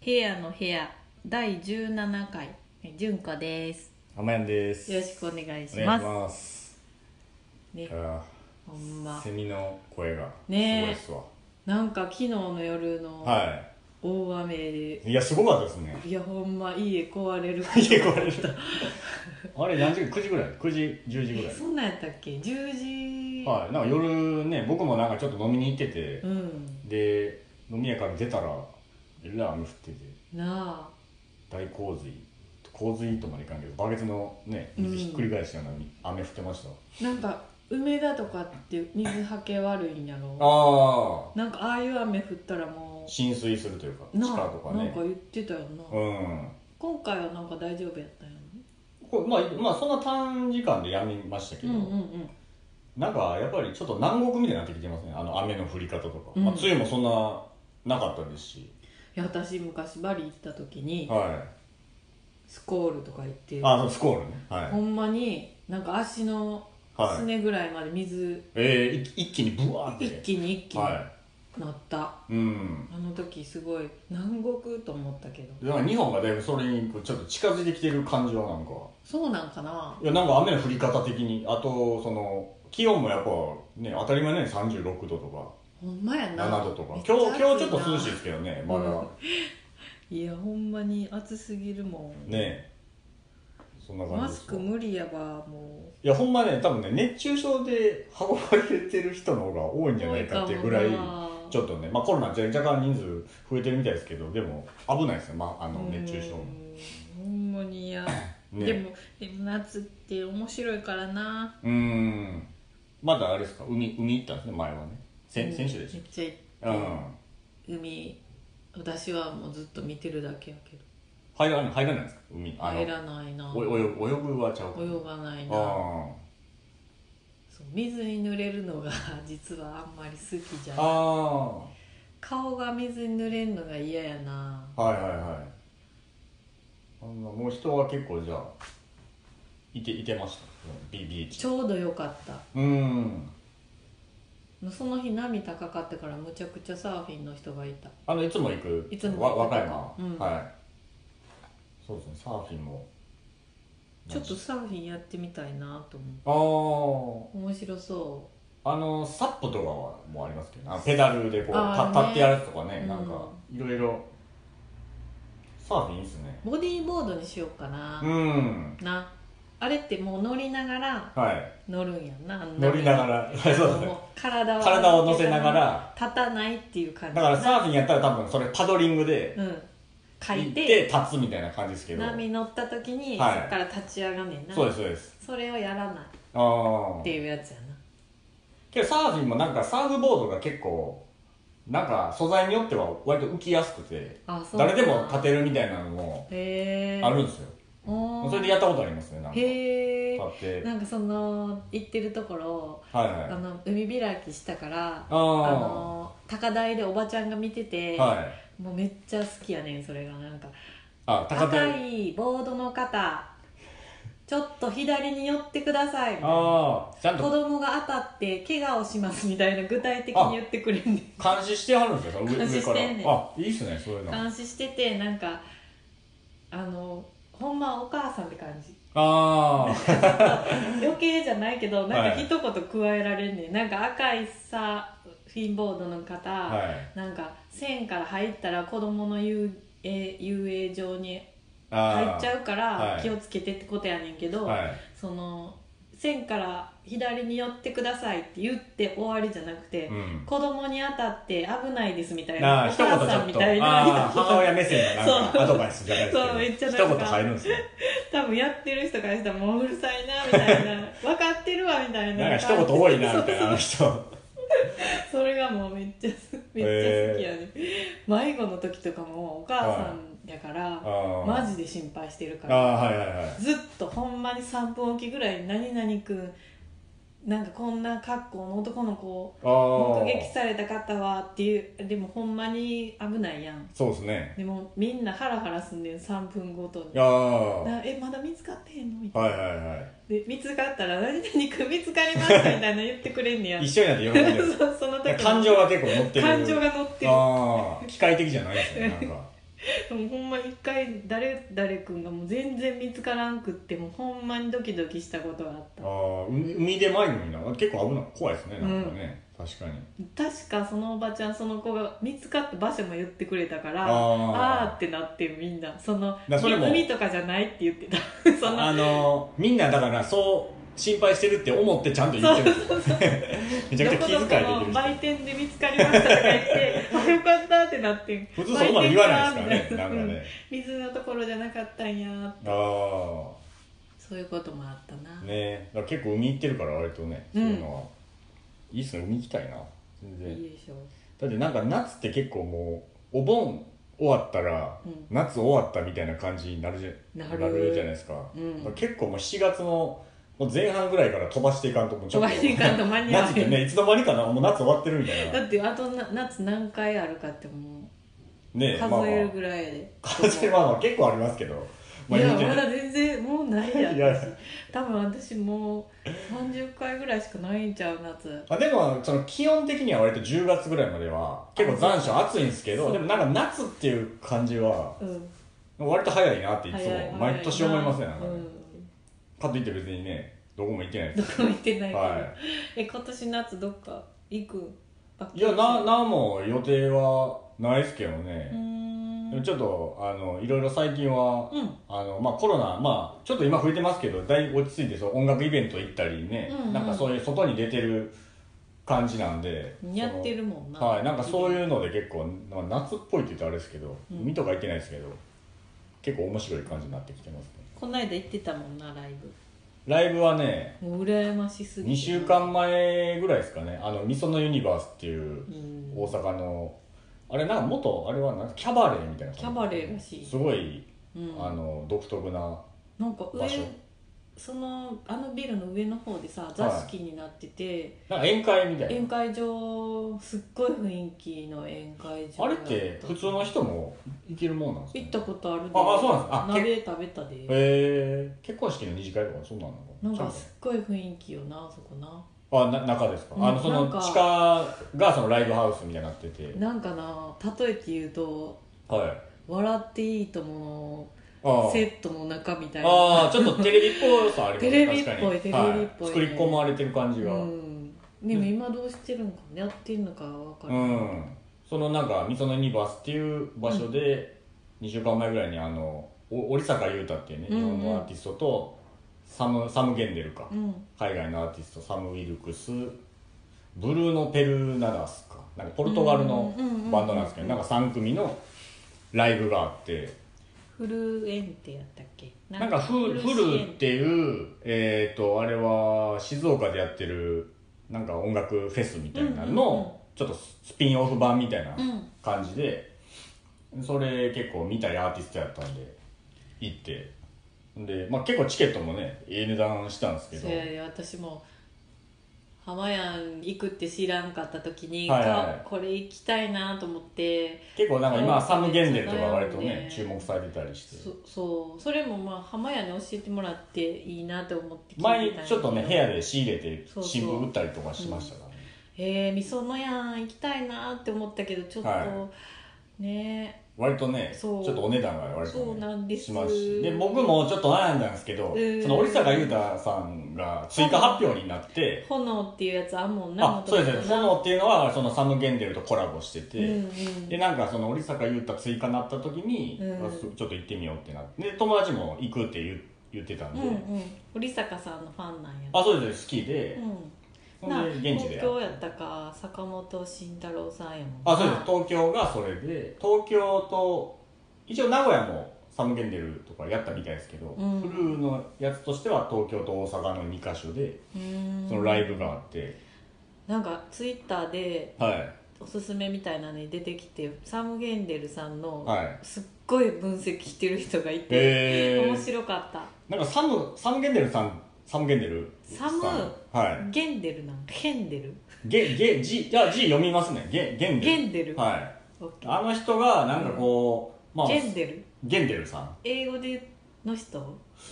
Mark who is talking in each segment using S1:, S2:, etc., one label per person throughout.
S1: ヘアのヘア第17回え純子です
S2: 浜んです
S1: よろしくお願いし
S2: お
S1: ま
S2: 願
S1: す
S2: いします
S1: ね
S2: あ
S1: ほんま
S2: ーセミの声がすご
S1: ね
S2: い
S1: え
S2: っすわ、
S1: なんか昨日の夜の
S2: は
S1: 大雨で、
S2: いいやすごかったですね
S1: いやほんま家壊れる
S2: 家壊れた あれ何時9時ぐらい9時10時ぐら
S1: え
S2: い
S1: そんなんやったっけ10時、
S2: はいなんか夜ね僕もなんかちょっと飲みに行ってて
S1: う、ん
S2: で飲み屋から出たらえらい雨降ってて
S1: なあ
S2: 大洪水洪水とまでいかんけどバケツのね水ひっくり返したようなに雨降ってました、
S1: なんか梅田とかって水はけ悪いんやろ
S2: ああ
S1: なんかああいう雨降ったらも
S2: 浸水するというか
S1: う
S2: 地
S1: な
S2: 下
S1: あ
S2: とか
S1: なん
S2: ね
S1: か言ってたよな、
S2: うん
S1: 今回はなんか大丈夫やったんや
S2: これまあ、まあそんな短時間でやみましたけど、
S1: ろうんうんうん
S2: なんかやっぱりちょっと南国みたいになってきてますねあの雨の降り方とか、
S1: うん
S2: まあ、梅雨もそんななかったですし、
S1: いや私昔バリ行った時に
S2: は
S1: スコールとか行って
S2: い、あそうスコールねはい、
S1: ほんまになんか足のす
S2: はい、
S1: ねぐらいまで水、
S2: えー、い一気にブワーって
S1: 一気に一気に
S2: は
S1: なった、
S2: いうん
S1: あの時すごい南国と思ったけど
S2: だから日本がだいぶそれにこうちょっと近づいてきてる感じはなんか
S1: そうなんかない
S2: やなんか雨の降り方的にあとその気温もやっぱね当たり前のように36度とか
S1: ほんまやな
S2: 7度とか
S1: め
S2: 今
S1: っ
S2: 日
S1: ゃ
S2: 今日ちょっと涼
S1: 暑
S2: しい
S1: な
S2: ですけどねまだ、
S1: うんいやほんまに暑すぎるもん
S2: ねえそんな感じ
S1: マ
S2: で
S1: ス
S2: す
S1: ク無理やばも
S2: いやほんまね多分ね熱中症で運ばれてる人の方が多いん
S1: う
S2: じゃないかっていうぐらい
S1: 多かもな
S2: ちょっとねまあコロナ若干人数増えてるみたいですけどでも危ないですよ、まあ、あの
S1: うん
S2: 熱中症も
S1: ほんまに嫌、で
S2: ね
S1: もでも夏って面白いからな
S2: うーんまだあれですか海海行ったんですね前はね先先週でし
S1: めっちゃ
S2: たう
S1: 行
S2: ん
S1: って、海私はもうずっと見てるだけやけど
S2: 入らない入らないんですか海あの
S1: 入らないな
S2: お泳ぐ泳ぐはちゃうか
S1: 泳がないな
S2: あ
S1: そう水に濡れるのが 実はあんまり好きじゃ
S2: ー
S1: ない
S2: あ
S1: 顔が水に濡れるのが嫌やな
S2: ーはいはいはいあんなもう人は結構じゃあいていてましたビビーチ
S1: ちょうどよかった
S2: うん
S1: その日波高かったからむちゃくちゃサーフィンの人がいた
S2: あのいつも行く
S1: いつも行く
S2: わ和歌
S1: う
S2: 山、
S1: ん
S2: はいそうですねサーフィンも
S1: ちょっとサーフィンやってみたいなと思
S2: あ
S1: う面白そ
S2: ああのサップとかはもうありますけどねあのペダルでこう
S1: あーね
S2: た立ってやるやつとかね、
S1: うん
S2: なんかいろいろサーフィンいいっすね
S1: うボディーボードにしようかな、
S2: うん
S1: なあれってもう乗りながら
S2: はい
S1: 乗るんやんなあんな
S2: 乗りながらそうですね
S1: もう体を
S2: 体を乗せながら
S1: 立たないっていう感じ
S2: だからサーフィンやったら多分それパドリングで
S1: うん書
S2: 行
S1: い
S2: ってて立つみたいな感じですけど
S1: 波乗った時に、
S2: はい
S1: そっから立ち上がんねんな
S2: そうですそうです
S1: それをやらない
S2: ああ
S1: っていうやつやな
S2: けどサーフィンもなんかサーフボードが結構なんか素材によっては割と浮きやすくて
S1: あそう
S2: 誰でも立
S1: て
S2: てるみたいなのも
S1: へえ
S2: あるんですよ
S1: おー
S2: それでやったことありますねなんか立
S1: へえ
S2: って
S1: なんかその行ってるところ
S2: はい
S1: あ
S2: はい
S1: の海開きしたから
S2: あ
S1: あ
S2: あ
S1: の高台でおばちゃんが見てて、
S2: はい
S1: もうめっちゃ好きやねんそれがなんか
S2: あ高
S1: 高
S2: 台
S1: いボードの方ちょっと左に寄ってくださいみたいな
S2: ああちゃん
S1: 子
S2: と
S1: 供が当たって怪我をしますみたいな具体的に言ってくれんねん
S2: 監視してはるんですよ上
S1: 監視
S2: 上から
S1: してんねん
S2: あいいっすねそういうのあ
S1: 監視して てなんかあのほんまお母さんって感 じ
S2: あー
S1: 余計じゃないけどなんか
S2: はい
S1: 一言加えられんねんなんか赤いサーフィンボードの方、
S2: はい
S1: なんか線から入ったら子供の遊泳遊泳場に入
S2: あ
S1: っちゃうか
S2: は
S1: ら
S2: い
S1: 気をつけてってことやねんけど、
S2: うはい
S1: その線から左に寄ってくださいって言って終わりじゃなくて、
S2: うん
S1: 子供に当たって危ないですみたい
S2: な
S1: な
S2: あ
S1: お
S2: 一言
S1: 母
S2: ちょ
S1: さん
S2: っ
S1: み
S2: と
S1: たい
S2: あ
S1: な
S2: あ母親目線がなんかアドバイスじゃないですけ
S1: そう
S2: ど
S1: めっちゃなんか
S2: 一言入るんですよ
S1: 多分やってる人からしたらもううるさいなみたいな分かってるわみたいな
S2: なんか一言多いなみたい
S1: そう
S2: なあの人
S1: そうそれがもうめっちゃめっちゃ好きやね、迷子の時とかもお母さんやから、
S2: あ
S1: マジで心配してるから
S2: ああーはいはいはい
S1: ずっとほんまに3分おきぐらいに「何々くんなんかこんな格好の男の子を
S2: あ
S1: 目
S2: ー
S1: 撃された方は」っていうでもほんまに危ないやん
S2: そうですね
S1: でもみんなハラハラすんねん3分ごとに
S2: いやーは
S1: なえまだ見つかってへんのみ
S2: い
S1: たい
S2: は
S1: な、
S2: いは
S1: で見つかったら「何々くん見つかりました」みたいな言ってくれんねや
S2: い一緒になって喜んでる
S1: そうその時
S2: 感情が結構乗ってる
S1: 感情が乗ってる
S2: ああ機械的じゃないですねなんか
S1: でもほんま一回誰誰くんがもう全然見つからんくってもうほんまにドキドキしたことがあっ
S2: あ
S1: た
S2: ー海海で迷子になる結構危ない怖いですねなんかね、確かに
S1: 確かそのおばちゃんその子が見つかった場所も言ってくれたから
S2: あー
S1: あーってなってみんなその
S2: らそれも
S1: 海とかじゃないって言ってた その
S2: あのみんなだからそう心配してるって思ってちゃんと言ってるんですよ めちゃくちゃ気遣
S1: どこ
S2: いで
S1: ど
S2: き
S1: こ
S2: る
S1: の
S2: 人
S1: 売店で見つかりましたとか言ってあよかったってなって
S2: 普通そこまで言わないで
S1: 売
S2: す
S1: 店
S2: からねなんかね
S1: うん水のところじゃなかったんや
S2: あ
S1: そういうこともあったな、
S2: あねだから結構海行ってるから割とねそういうのは、いいっすね海行きたいな全然
S1: いいでしょ
S2: だってなんか夏って結構もうお盆終わったら、
S1: うん
S2: 夏終わったみたいな感じになるじゃ
S1: なる
S2: じゃないですか,、
S1: うん
S2: 結構もう7月のもう前半ぐらいから飛ばしていかんともう
S1: 飛ばしていかんと間に合わへん
S2: 夏ってねいつの間にかなもう夏終わってるみたい
S1: だ
S2: な
S1: ってあとな夏何回あるかっても
S2: ね
S1: う
S2: まあま
S1: 数えるぐらいで、
S2: あ数えまあまあ結構ありますけど、まあ、
S1: いや
S2: 言うて
S1: まだ全然もうないや
S2: いや
S1: 私多分私もう30回ぐらいしかないんちゃう夏
S2: あでもその気温的には割と10月ぐらいまでは結構残暑暑いんですけ
S1: そ
S2: ど
S1: う
S2: でもなんか夏っていう感じは
S1: うん
S2: 割と早いなっていつ
S1: 早い
S2: も毎年思いますねなんか
S1: う
S2: ね、
S1: ん
S2: かといって別にねどこも行ってないです
S1: どこも行ってないけど、
S2: は
S1: え今年夏どっか行くばっか
S2: い、
S1: り
S2: いやななんも予定はないですけど
S1: うー
S2: ね、
S1: ん
S2: でもちょっとあのいろいろ最近は、
S1: うん
S2: あのまあ、コロナ、まあ、ちょっと今増えてますけどだいぶ落ち着いてそう音楽イベント行ったりね、
S1: うんうん
S2: なんかそういう外に出てる感じなんで
S1: 似合ってるもん
S2: そ
S1: な
S2: のはいなんかそう
S1: う
S2: いうので結構、まあ、夏っぽいって言ったらあれですけど、
S1: うん
S2: 海とか行ってないですけど結構面白い感じになってきてますね
S1: こないだ行ってたもんなライ
S2: ライブはね
S1: ブもう羨ましすぎ
S2: 2週間前ぐらいですかねあのみそのユニバースっていう
S1: うん
S2: 大阪のあれなんか元あれはなんかキャバレーみたいな
S1: キャバレーらしい
S2: すごい、
S1: うん
S2: あの独特な
S1: なんか上
S2: 場所
S1: そのあのビルの上の方でさ座敷になってて、
S2: なんか宴会みたい
S1: 宴
S2: な
S1: 会場すっごい雰囲気の宴会場
S2: あれって普通の人も行けるもんなんですか、
S1: 行ったことあるで
S2: ああそうなん
S1: 鍋食べたで
S2: へえ結婚式の二次会とかそんなんなのか
S1: なん
S2: ちゃ
S1: か
S2: と
S1: すっごい雰囲気よなそこな
S2: あな中ですか、
S1: うん
S2: あのそ
S1: な
S2: の
S1: んか
S2: 地下がそのライブハウスみたいになってて
S1: なんかな例えて言うと
S2: はい
S1: 「笑っていいとも」
S2: ああ
S1: のセットの中みたいな
S2: ああちょっとテレビっぽさありますね
S1: テレビっぽい
S2: 確かに
S1: テレビっぽいね
S2: は作り込まれてる感じが
S1: うんでも今どうしてるんかねやってんのかわか
S2: う
S1: らない、
S2: ん、そのなんか「みそのユニバース」っていう場所で、2週間前ぐらいにあのお織坂優太っていうね
S1: うん
S2: 日
S1: うん
S2: 本のアーティストと、サムサム・ゲンデルか、
S1: うん
S2: 海外のアーティストサム・ウィルクスブルーノ・ペルナダスかなんかポルトガルの
S1: うんうんうんうん
S2: バンドなんですけどなんか3組のライブがあって
S1: フルエンテやったっけ
S2: なんかフルフ
S1: シエン
S2: ルっていうえっ、とあれは静岡でやってるなんか音楽フェスみたい
S1: うん
S2: なの
S1: うんうん
S2: のちょっとスピンオフ版みたいな
S1: うん
S2: 感じでそれ結構見たいアーティストやったんで行ってで、まあ、結構チケットもねええ値段したんですけど
S1: そうやで私も浜やん行くって知らんかった時に、
S2: はいはいはい
S1: かこれ行きたいなと思って
S2: 結構なんか今
S1: うん
S2: サム・ゲンデルとか割と
S1: そうや
S2: ね
S1: ね
S2: 注目されてたりして
S1: そそうそれもまあ浜やんに教えてもらっていいなと思って聞いてたんや
S2: 前
S1: けど
S2: ちょっとね部屋で仕入れて
S1: そうそう
S2: 新聞売ったりとかしましたからね
S1: えー、みそのやん行きたいなって思ったけどちょっと、
S2: は
S1: ね
S2: 割とねち
S1: そ
S2: ょ
S1: う
S2: っとお値段が割とね
S1: そうなんです
S2: しますしで僕もちょっと悩んだんですけど
S1: うん
S2: その織坂優太さんが追加発表になって
S1: 炎っていうやつあんもんな
S2: あそうですね
S1: 元々
S2: 炎っていうのはそのサム・ゲンデルとコラボしてて、
S1: うん
S2: でなんかその織坂優太追加になった時に、
S1: うん
S2: あそちょっと行ってみようってなってで友達も行くって言う言ってたんで、
S1: うんうんうん織坂さんのファンなんや
S2: あそうです好きで、
S1: うん
S2: ほ
S1: なん
S2: で現地
S1: 東
S2: で
S1: 京やったか坂本慎太郎さんやもんな
S2: あそうです東京がそれで東京と一応名古屋もサム・ゲンデルとかやったみたいですけど、
S1: うん
S2: フルーのやつとしては東京と大阪の2箇所で
S1: うーん
S2: そのライブがあって、
S1: なんかツイッターで
S2: はい
S1: おすすめみたいなのに出てきてサム・ゲンデルさんの
S2: はい
S1: すっごい分析してる人がいて、
S2: え
S1: 面
S2: ー、
S1: 白かった
S2: なんかサムサム・ゲンデルさんサム・ゲンデルさん
S1: サム
S2: はい
S1: ゲンデルなんヘンデル
S2: ゲゲジいや字読みますねゲゲンデル
S1: ゲンデル
S2: はい
S1: オッケー
S2: あの人がなんかこう、まあ
S1: ゲンデル
S2: ゲンデルさん
S1: 英語での人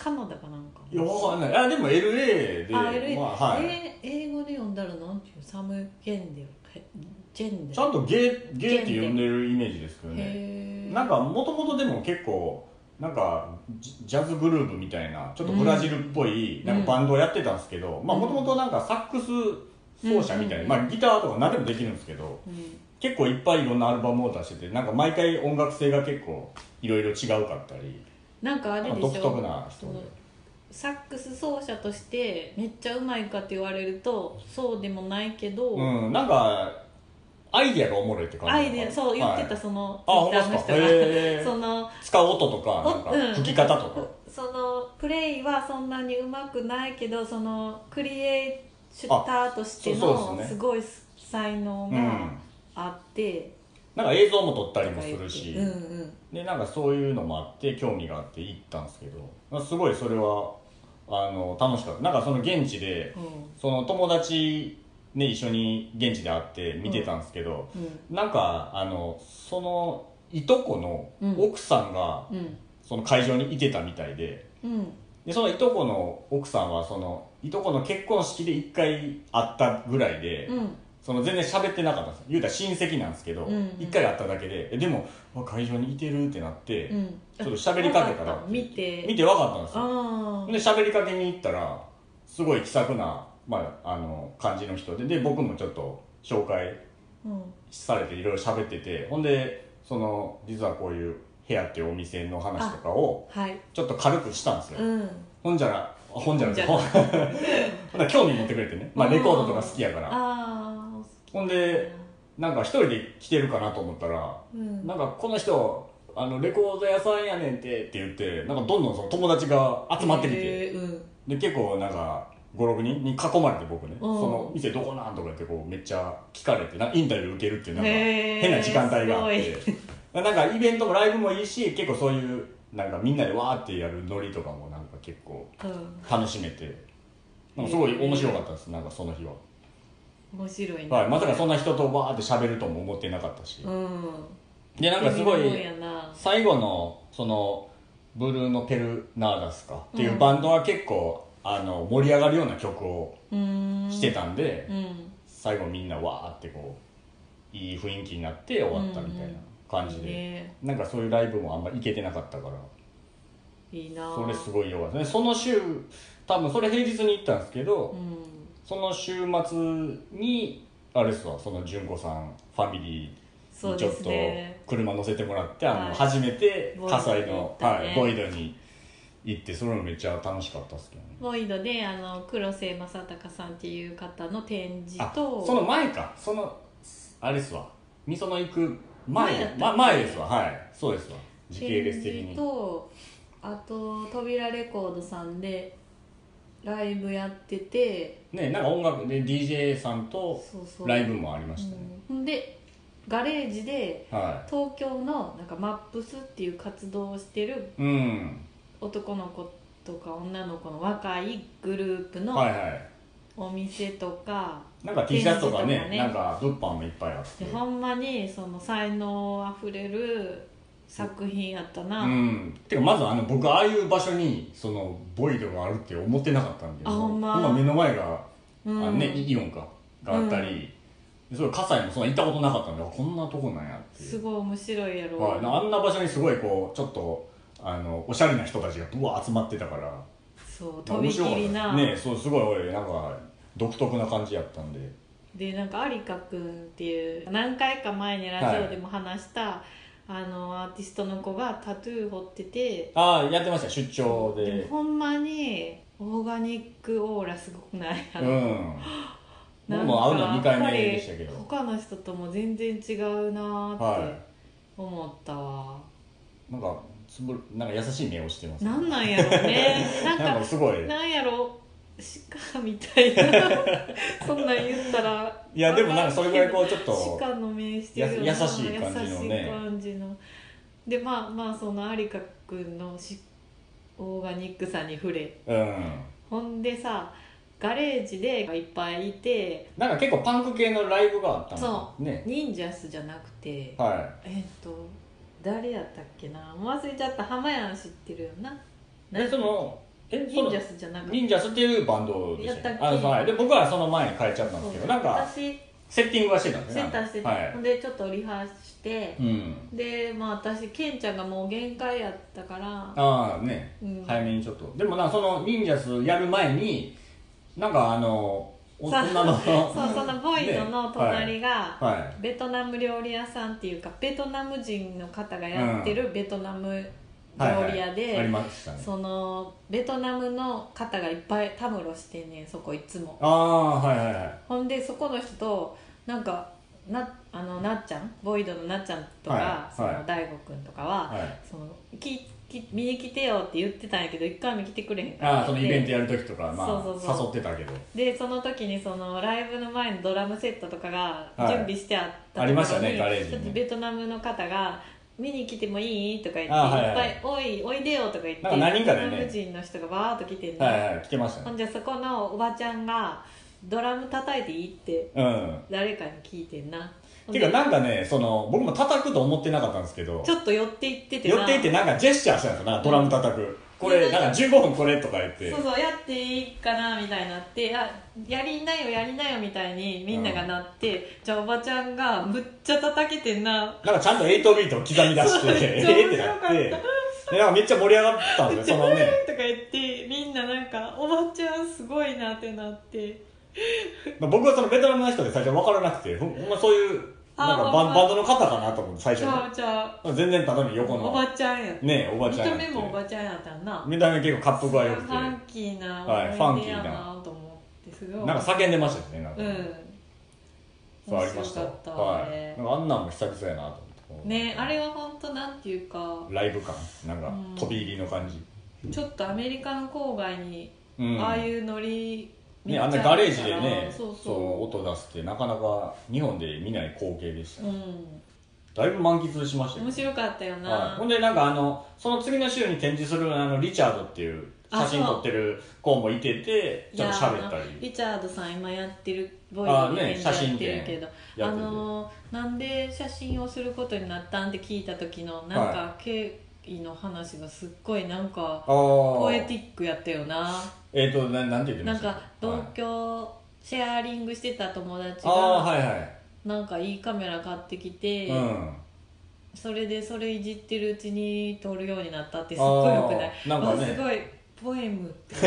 S1: カナダかなんか
S2: いやわかんないあでも LA で
S1: あ LA
S2: まあはい、
S1: え英語で読んだらなんていうサム・ゲンデルへジェンデル
S2: ちゃんとゲーゲーって呼んでるイメージですけどね
S1: へ
S2: なんかもともとでも結構なんかジジャズグループみたいなちょっとブラジルっぽい
S1: うん
S2: なんかバンドをやってたんですけどまあもともとなんかサックス奏者みたいな、
S1: うん
S2: まあ、ギターとか何でもできるんですけど
S1: うん
S2: 結構いっぱいいろんなアルバムを出しててなんか毎回音楽性が結構いろいろ違うかったり
S1: なんかあ
S2: な
S1: れ
S2: んか
S1: で
S2: 独
S1: し
S2: 特
S1: ょ
S2: な人で
S1: そのサックス奏者としてめっちゃうまいかって言われるとそうでもないけど、
S2: うんなんかアイディアがおもろいって感じ
S1: アイデアそう言ってた
S2: はい
S1: その
S2: あほんまっ
S1: ー
S2: す
S1: の
S2: か
S1: 人が、
S2: へ
S1: その
S2: ー使う音とかなん
S1: うん
S2: か吹き方とか、
S1: そのプレイはそんなにうまくないけどそのクリエイターとして
S2: あそうそう
S1: の
S2: ですね
S1: すごい才能
S2: うん
S1: があって、
S2: なんか映像も撮ったり
S1: とか
S2: もす
S1: 言って
S2: るし、
S1: うんうん、
S2: でなんかそういうのもあって興味があって行ったんですけど、まあ、すごいそれはあの楽しかったなんかその現地で
S1: うん
S2: その友達ね一緒に現地で会って見てたんですけど、
S1: うん
S2: なんかあのそのいとこの奥さんが
S1: うん
S2: その会場にいてたみたいで
S1: うん
S2: でそのいとこの奥さんはそのいとこの結婚式で1回会ったぐらいで、
S1: うん
S2: その全然喋ってなかったんですよ言うたら親戚なんですけど、
S1: うんうん
S2: 1回会っただけでえでもあ会場にいてるってなって、
S1: うん
S2: ちょっと喋りかけたら
S1: わ見て
S2: 見て分かったんですよ
S1: ああ
S2: で喋りかけに行ったらすごい気さくな、まあ、あの感じの人でで僕もちょっと紹介
S1: うん
S2: されていろいろ喋っててほんでその実はこういう部屋っていうお店の話とかを
S1: はい
S2: ちょっと軽くしたんですよ、
S1: うん
S2: ほんじゃらあほんじゃらって
S1: ほ
S2: ほん ほんなら興味持ってくれてね、まあ、
S1: うん
S2: レコードとか好きやから
S1: ああ
S2: ほんでなんか一人で来てるかなと思ったら
S1: うん
S2: なんかこの人あのレコード屋さんやねんてって言ってなんかどんどんその友達が集まってきて、
S1: えーうん
S2: で結構なんか56人に囲まれて僕ね、
S1: うん
S2: その店どこなんとか言ってこうめっちゃ聞かれてなんかインタビュー受けるっていうなんか
S1: へー
S2: 変な時間帯があってなんかイベントもライブもいいし結構そういうなんかみんなでわーってやるノリとかもなんか結構
S1: うん
S2: 楽しめてなんかすごい面白かったですなんかその日は、
S1: 面白いね、
S2: はい、まさかそんな人とわーって喋るとも思ってなかったし、
S1: うん
S2: でなんかすご
S1: 微妙
S2: い
S1: やな
S2: 最後のそのブルーノ・ペルナーダスかっていううんバンドは結構あの盛り上がるような曲を
S1: うん
S2: してたんで、
S1: うん
S2: 最後みんなわーってこういい雰囲気になって終わったみたいな感じで、
S1: いいね
S2: なんかそういうライブもあんま行けてなかったから
S1: いいな
S2: それすごい良かったねその週多分それ平日に行ったんですけど、
S1: うん
S2: その週末にあれですわその純子さんファミリー
S1: そう
S2: にちょ
S1: で
S2: っ
S1: す
S2: と
S1: ね
S2: 車乗せてもらって、あ
S1: は
S2: の
S1: い
S2: 初めて
S1: ボイドに行
S2: 葛
S1: ったね
S2: 西のはいボイドに行ってそれもめっちゃ楽しかったですけどね
S1: ボイドであの黒瀬正隆さんっていう方の展示
S2: あ
S1: と
S2: その前かそのあれっすわみその行く
S1: 前や
S2: 前
S1: ったっけ
S2: ま前ですわはいそうですわ時系
S1: 展
S2: 列的
S1: 示
S2: に
S1: とあと扉レコードさんでライブやってて
S2: ねなんか音楽で DJ さんと
S1: そうそう
S2: ライブもありましたね、
S1: うんでガレージで
S2: は
S1: 東京のなんかマップスっていう活動をしてる
S2: いうん
S1: 男の子とか女の子の若いグループ
S2: は
S1: の
S2: いは
S1: お店とか、
S2: いなんか T シャツとかね
S1: 展示とかね
S2: なんか物販もいっぱいあっ
S1: で
S2: て
S1: ほんまにその才能あふれる作品やったな、
S2: うんてかまずあの僕ああいう場所にそのボイドがあるって思ってなかったんで
S1: あほんま
S2: 今目の前が、
S1: うん
S2: あのねイイオンかがあったり、でそれ葛西もそんな行ったことなかったんであこんなとこなんやっていう
S1: すごい面白いやろ、
S2: はい、あんな場所にすごいこうちょっとあのおしゃれな人たちがぶわー集まってたから
S1: そうとびき
S2: 面
S1: り
S2: 白か
S1: な
S2: ったねそうすごい俺なんか独特な感じやったんで
S1: でなんか有香くんっていう何回か前にラジオでも話した、あのアーティストの子がタトゥー彫ってて
S2: ああやってました出張
S1: でも
S2: で
S1: ほんまにオーガニックオーラすごくない
S2: うん
S1: な
S2: 僕
S1: ん
S2: も会うの
S1: か
S2: 2回目でしたけ
S1: やっ
S2: ど
S1: ぱり他の人とも全然違うなーって
S2: は
S1: 思ったわ、
S2: いなんかつぶなんか優しい目をしてます
S1: なんなんやろうねなんか
S2: なんかすごい
S1: なんやろ鹿みたい なそんなん言ったら
S2: いやでもなんかそれぐらいこうちょ っ
S1: う
S2: と
S1: 鹿の目してるよな
S2: や優しい感じのね
S1: 優しい感じのでまあまあその有香くんのしオーガニックさに触れ
S2: うん
S1: ほんでさガレージでいっぱいいて
S2: なんか結構パンク系のライブがあった
S1: そ
S2: のね
S1: 忍者スじゃなくて
S2: は
S1: えっと誰やったっけなもう忘れちゃった浜やん知ってるよない
S2: でそのえそ
S1: 忍
S2: の
S1: 者スじゃなくて
S2: 忍者スっていうバンドでした
S1: や
S2: ね
S1: ったっけ
S2: あのはいで僕はその前に変えちゃったんですけどなんか
S1: 私
S2: セッティングはしてたんです
S1: セ
S2: ね
S1: ンターしてて、
S2: はい
S1: ほんでちょっとリハして
S2: う、ん
S1: でまあ私ケンちゃんがもう限界やったから
S2: ああね、
S1: うん
S2: 早めにちょっとでもなその忍者スやる前になんかあのお
S1: さ
S2: 女 の
S1: そうそのボイドの隣
S2: ね
S1: が、
S2: はいはい
S1: ベトナム料理屋さんっていうかベトナム人の方がやってるベトナム料理屋で、
S2: はいはいありましたね
S1: そのベトナムの方がいっぱいたむろしてんねんそこいつも
S2: ああはいはいはい
S1: ほんでそこの人となんかなあのなっちゃんボイドのなっちゃんとか、
S2: はい
S1: その
S2: はい
S1: 大悟くんとかは、
S2: はい
S1: そのきき見に来てよって言ってたんやけど一回も来てくれへんから
S2: ああそのイベントやる時とか、まあ、
S1: そうそうそう
S2: 誘ってたけど
S1: でその時にそのライブの前のドラムセットとかが
S2: はい
S1: 準備してあったところに
S2: ありましたねガレージに
S1: ちょっとベトナムの方が「見に来てもいい?」とか言って「
S2: あはいはい
S1: いっぱいおいおいでよ」とか言って
S2: なんか何人かでね
S1: ベトナム人の人がバーッと来てんの、
S2: はいはい来てました
S1: ほん
S2: ね
S1: じゃそこのおばちゃんが「ドラム叩いていい?」って
S2: うん
S1: 誰かに聞いてんな
S2: ていうかなんかねその僕も叩くと思ってなかったんですけど
S1: ちょっと寄っていってて
S2: 寄っていってなんかジェスチャーしたんですよなんかドラム叩くこれなんか15分これとか言って
S1: そうそうやっていいかなみたいになってあやりなよやりなよみたいにみんながなって、じゃあおばちゃんがむっちゃ叩けてんな
S2: なんかちゃんと8ビートを刻み出して、え
S1: そう
S2: ーってなっ、
S1: めって
S2: でなんかめっちゃ盛り上がった んですよ、そのね、
S1: とか言ってみんななんか「おばちゃんすごいな」ってなって
S2: まあ僕はそのベトナムの人で最初分からなくて、ほんほんまそういう、なんか
S1: あー
S2: バ
S1: ほ
S2: ン
S1: んま
S2: バンドの方かなと思って、最
S1: じ
S2: 初
S1: ゃあ
S2: に。
S1: じゃあ
S2: 全然ただの横
S1: お
S2: の
S1: ば、ちゃんやった
S2: ねおば
S1: 見
S2: ちゃんや
S1: た
S2: って
S1: 目もおばちゃんやったんな
S2: 見た目結構
S1: す
S2: 滑
S1: ご
S2: 覆
S1: いフ
S2: が良くて、
S1: ァンキーな
S2: はい
S1: 思い出や
S2: ファンキー
S1: なと思ってすごい
S2: なんか叫んでましたよね、なんか。
S1: うん
S2: そうありました。
S1: 面白かった
S2: は
S1: あれ
S2: い。なんかあんなんも久々やなと思って。
S1: ねあれは本当なんていうか
S2: ライブ感、なんか
S1: うん
S2: 飛び入りの感じ。
S1: ちょっとアメリカの郊外に
S2: うん
S1: ああいうノリ
S2: ね、あんなガレージでね
S1: そう
S2: そう
S1: そ
S2: 音出すってなかなか日本で見ない光景でした
S1: う、うん、
S2: だいぶ満喫しましたよ
S1: 面白かったよ
S2: はい、
S1: な、
S2: ほんでなんかあのその次の週に展示するあのリチャードっていう写真
S1: あそう
S2: 撮ってる子もいててちょっと喋った
S1: いや
S2: り
S1: リチャードさん今やってるボイ
S2: あ
S1: ド
S2: ー
S1: の
S2: ね
S1: イベントやってるけど、
S2: や
S1: あ
S2: ってて
S1: のーなんで写真をすることになったんって聞いた時のなんか経緯の話がすっごいなんか
S2: あー
S1: ポエティックやったよな
S2: えっ、とななんて言って
S1: な
S2: ま
S1: ん
S2: した
S1: か同居シェアリングしてた友達
S2: はい、ああ
S1: が
S2: はいはい、
S1: なんかいいカメラ買ってきて、
S2: うん
S1: それでそれいじってるうちに撮るようになったってすっごいよくない
S2: あーなんかね
S1: わすごいポエムってさ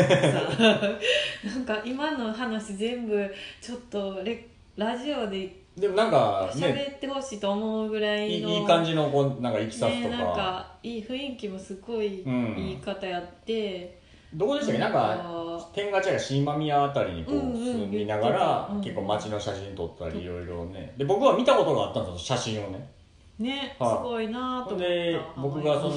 S1: なんか今の話全部ちょっとレラジオで
S2: でもなんかね
S1: 喋ってほしいと思うぐら
S2: い
S1: い
S2: い
S1: の
S2: いい感じのこうなんかいきさつ
S1: ね
S2: とか,、
S1: なんかいい雰囲気もすごい
S2: うん
S1: 言い方やって、
S2: どこでしたっけなんか天下茶屋新間宮あたりにこう
S1: うんうん
S2: 住みながら、
S1: 言ってたうん
S2: 結構街の写真撮ったりいろいろねで僕は見たことがあったんですよ写真をね
S1: ねす
S2: はい
S1: ごいなと思った
S2: で僕がそ
S1: あ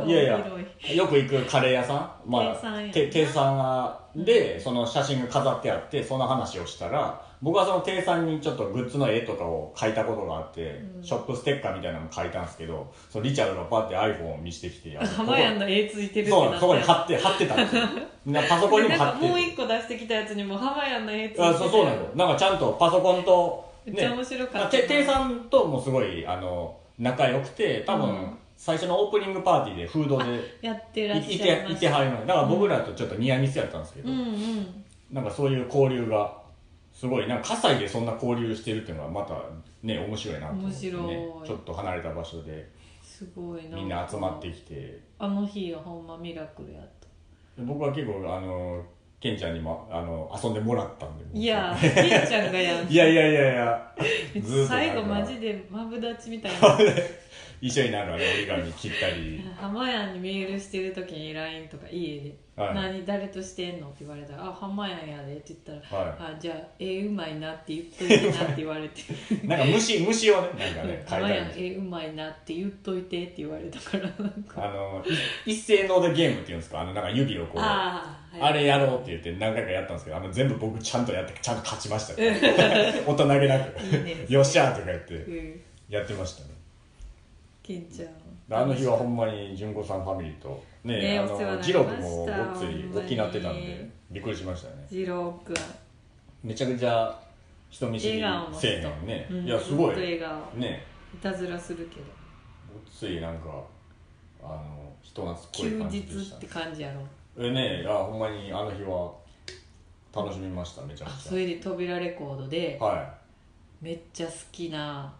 S2: の
S1: の
S2: いやいや
S1: 広
S2: よく行くカレー屋さん、ま
S1: 亭さんや
S2: あ、て亭さんがでその写真が飾ってあってその話をしたら僕はその亭さんにちょっとグッズの絵とかを描いたことがあって、
S1: うん
S2: ショップステッカーみたいなのも描いたんですけどそのリチャードがパッて iPhone を見せてきてあ
S1: い
S2: の
S1: 浜屋の絵ついてるって
S2: そう
S1: な
S2: そこに貼
S1: っ
S2: って貼ってたんですよなパソコ
S1: て
S2: ンにも
S1: なん
S2: 貼
S1: か
S2: って
S1: もう一個出してきたやつにも浜屋の絵ついてて
S2: あそうそうなのよなんかちゃんとパソコンと
S1: めっちゃ面白か
S2: まあ
S1: った
S2: て亭さんともすごいあの仲良くて多分、
S1: うん
S2: 最初のオープニングパーティーでフードで
S1: やってらっ
S2: いい
S1: しゃいま
S2: て
S1: す
S2: いてはるのよだから僕らとちょっとニアミスやったんですけど、
S1: うんうん
S2: なんかそういう交流がすごいなんか葛西でそんな交流してるっていうのはまたね面白いなと思って、ね、
S1: 面白い
S2: ちょっと離れた場所です
S1: ごいな
S2: みんな集まってきて
S1: あの日はほんまミラクルやった
S2: 僕は結構あのケンちゃんにもあの遊んでもらったんで
S1: いやーケンちゃんがやん
S2: いやいやいやいやずーっ と
S1: 最後
S2: なん
S1: マ
S2: か
S1: ジでマブダチみたい な
S2: 一緒になんかね折り紙切ったり
S1: 浜屋にメールしてる時に LINE とか家で「
S2: はい
S1: 何誰としてんの?」って言われたら「あ浜屋やで」って言ったら「
S2: は
S1: あじゃあ絵うまいなって言っといてな」って言われて
S2: いなんか虫虫をね なんか
S1: 「
S2: ね書い
S1: 浜
S2: た
S1: 屋
S2: り
S1: 絵うまいなって言っといて」って言われたからなんか
S2: あのい一斉のでゲームっていうんですかあのなんか指をこうあ
S1: ああ
S2: れやろうって言って何回かやったんですけどあの全部僕ちゃんとやってちゃんと勝ちました、 大人げなく
S1: いいね
S2: よっしゃーとか言って
S1: うん
S2: やってましたね
S1: ケンちゃん
S2: であの日はほんまに純子さんファミリーとね
S1: ね
S2: あ
S1: お世話になり
S2: の
S1: ました
S2: ジロ君もごっつい
S1: ほんま
S2: 大
S1: に
S2: きなってたんでびっくりしましたね
S1: 二郎くん
S2: めちゃくちゃ人見知
S1: 笑
S2: り青
S1: 顔の人
S2: 年ね、
S1: うん
S2: いやすご
S1: ずっと笑
S2: い
S1: 顔
S2: ね
S1: いたずらするけど
S2: ごっついなんかあの人懐っこい
S1: 休
S2: 感
S1: 日
S2: じでした
S1: って
S2: ね
S1: 感じやろ
S2: えねいやほんまにあの日は楽しみましためちゃ
S1: あ
S2: く
S1: そ
S2: ち
S1: れで扉レコードで
S2: ゃは
S1: めっちゃ好きな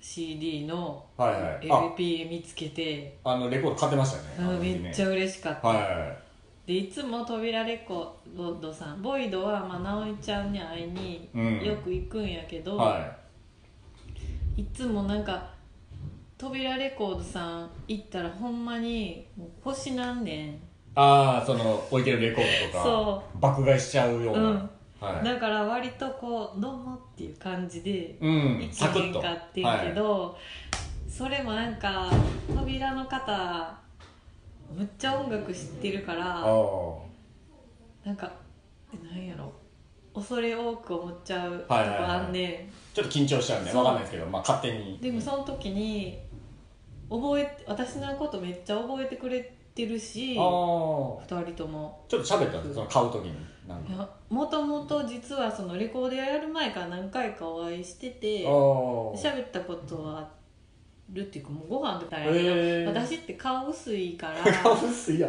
S1: CD の
S2: はいはい
S1: LP 見つけて、
S2: あのレコード買ってましたね
S1: うん
S2: あの時ね
S1: めっちゃ嬉しかった、
S2: はいはいはい
S1: でいつも扉レコードさんボイドは、まあ、直井ちゃんに会いに
S2: うん
S1: よく行くんやけど、
S2: はい
S1: つもなんか扉レコードさん行ったらほんまにもう星なんねん、
S2: いああその置いてるレコードと
S1: そ
S2: か爆買いしちゃうような、
S1: うん
S2: はい
S1: だから割とこう「どうも」っていう感じで
S2: うん
S1: 一
S2: サクッ
S1: 年
S2: と
S1: 買ってるけど、それもなんか扉の方むっちゃ音楽知ってるから
S2: は
S1: なんかなんやろ恐れ多く思っちゃうとこ
S2: はいはいはい
S1: あんねん、
S2: い、ちょっと緊張しちゃうんで
S1: そう
S2: わかんないですけどまあ勝手に
S1: でもその時に覚え私のことめっちゃ覚えてくれてるし
S2: ああ
S1: 2人とも
S2: ちょっと喋ったんですその買う時になん
S1: い
S2: か
S1: やもともと実はそのレコーデやる前から何回かお会いしてて
S2: あー
S1: 喋ったことはあるっていうかもうご飯食べたらやけど、
S2: へえ
S1: 私って顔薄いから
S2: 顔薄いや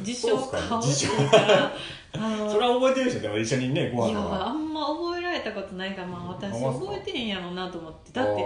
S1: 自称
S2: そうっすか
S1: 顔薄いからあの
S2: それは覚えてるでしょでも一緒にねご
S1: い
S2: 飯
S1: や
S2: とか
S1: あんま覚えられたことないから、まあ、私
S2: ほんまっすか
S1: 覚えてへんやろうなと思ってだって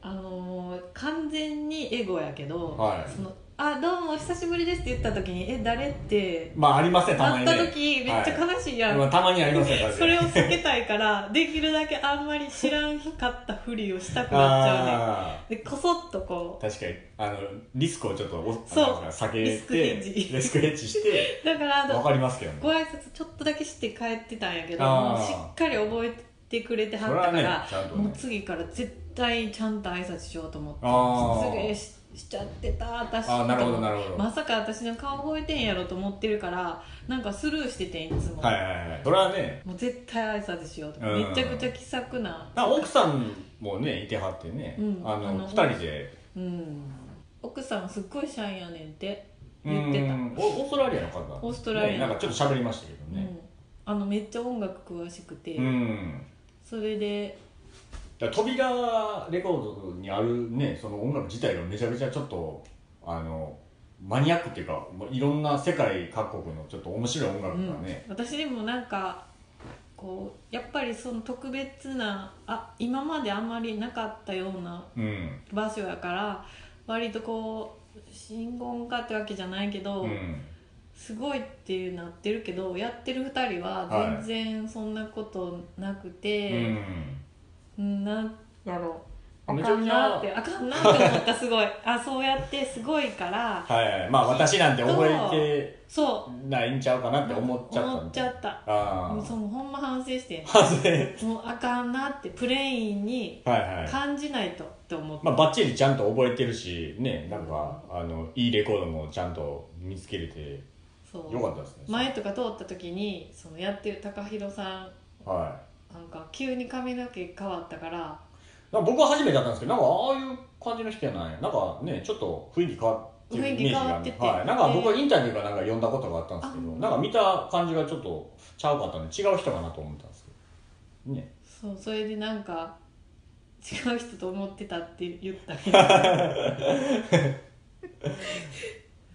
S1: あのー完全にエゴやけど、
S2: はい
S1: そのあどうもお久しぶりですって言った時に「え誰?」って
S2: まあありますねた
S1: 会
S2: まに
S1: っ
S2: ね
S1: た時めっちゃ悲しいやん、
S2: まあたまにありますね確かに
S1: それを避けたいからできるだけあんまり知らんかったふりをしたくなっちゃうね
S2: あ
S1: でこそっとこ
S2: ー確かにあのリスクをちょっとお
S1: そう
S2: あの避けて
S1: リスクヘッジ
S2: リスクヘッジして
S1: うだから あ
S2: わ
S1: の
S2: かりますけどね
S1: ご挨拶ちょっとだけして帰ってたんやけど
S2: あー
S1: もうしっかり覚えてくれてはったか
S2: それは
S1: ら、
S2: ねちゃんとね
S1: もう次から絶対ちゃんと挨拶しようと思って
S2: あー
S1: 失礼ししちゃってた私
S2: あーなるほどなるほど
S1: まさか私の顔覚えてんやろと思ってるからなんかスルーしててんいつも、
S2: はいはいはいそれはね
S1: もう絶対挨拶しようと
S2: うん
S1: めちゃくちゃ気さくな
S2: なんか奥さんもねいてはってね、
S1: うん
S2: あ
S1: あ
S2: の
S1: の
S2: 二人で
S1: うん奥さんすっごいシャイやねんって言ってた、
S2: うんおオーストラリアの方
S1: オーストラリア
S2: ねなんかちょっと喋りましたけど
S1: う
S2: ね
S1: んあのめっちゃ音楽詳しくて、
S2: うん
S1: それで
S2: だから扉レコードにあるねその音楽自体がめちゃめちゃちょっとあのマニアックっていうかもういろんな世界各国のちょっと面白い音楽がね、
S1: うん、私でもなんかこうやっぱりその特別なあ今まであんまりなかったような
S2: うん
S1: 場所やから割とこう新婚家ってわけじゃないけど、
S2: うん
S1: すごいってなってるけどやってる2人
S2: は
S1: はい全然そんなことなく
S2: う
S1: て、
S2: ん
S1: うん、なんやろあ
S2: めち
S1: か
S2: ゃめ
S1: ん
S2: ち
S1: なっ
S2: ゃ
S1: てあかんなって思ったすごいあそうやってすごいから
S2: はいまあ私なんて覚え
S1: そ
S2: てないんちゃうかなって
S1: う
S2: 思っちゃった
S1: 思っちゃった
S2: あ
S1: もう
S2: あ
S1: そうほんま反省して
S2: はずい
S1: んもうあかんなってプレインに
S2: はいはい
S1: 感じないとって思って、
S2: まあ、バッチリちゃんと覚えてるしねなんかあのいいレコードもちゃんと見つけれて
S1: そう
S2: よかったですね
S1: 前とか通った時にそのやってる TAKAHIRO さ
S2: はい
S1: んなんか急に髪の毛変わったから
S2: なんか僕は初めてだったんですけどなんかああいう感じの人じゃないなんかねちょっと雰囲気変わってる
S1: 雰
S2: イ
S1: 囲
S2: メ
S1: 気
S2: ージがある
S1: 変わってて
S2: はい、なんか僕はインタビューかなんか読んだことがあったんですけどなんか見た感じがちょっとちゃうかったんで違う人かなと思ったんですけどね
S1: そうそれでなんか違う人と思ってたって言 ったけど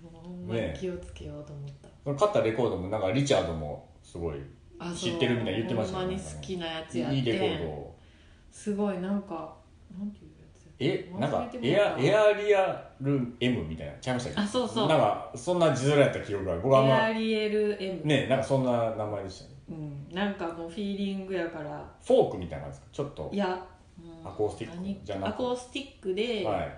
S1: もうほんまに気をつけようと思った、
S2: その買ったレコードもなんかリチャードもすごい
S1: あそう
S2: 知ってるみたいに言ってました
S1: ほ
S2: よ
S1: んま
S2: ね
S1: に好きなやつやって
S2: いいレコードを
S1: すごいなんかなんていうやつや
S2: えなんか
S1: 忘れても
S2: エ
S1: ら
S2: ア
S1: った
S2: エアリアル M みたいなちゃいましたっけ
S1: あそうそう
S2: なんかそんな字面やった記憶が僕はあん
S1: エ
S2: ま
S1: アリエル M、
S2: ねなんかそんな名前でしたね
S1: うん、なんかもうフィーリングやから
S2: フォークみたいな感じですかちょっと
S1: いや、うん
S2: アコースティック
S1: 何
S2: じゃなく
S1: アコースティックで、
S2: はい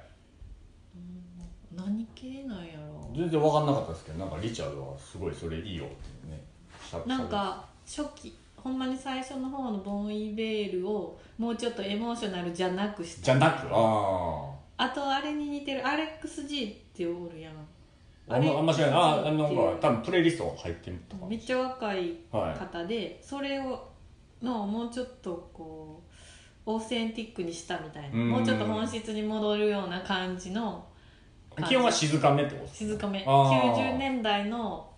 S1: うん何系なんやろ
S2: 全然分かんなかったですけどなんかリチャードはすごいそれいいよってねしゃ
S1: なんか初期ほんまに最初の方のボン・イベールをもうちょっとエモーショナルじゃなくした
S2: じゃなくあ
S1: あとあれに似てるアレックス・ジーっておるやん
S2: ああんまあんま知らないああなんか多分プレイリストが入ってるとか
S1: めっちゃ若い
S2: は
S1: 方で、それをのもうちょっとこうオーセンティックにしたみたいな
S2: うん
S1: もうちょっと本質に戻るような感じの
S2: い基本は静かめってことですね
S1: 静かめ
S2: あー
S1: 90年代の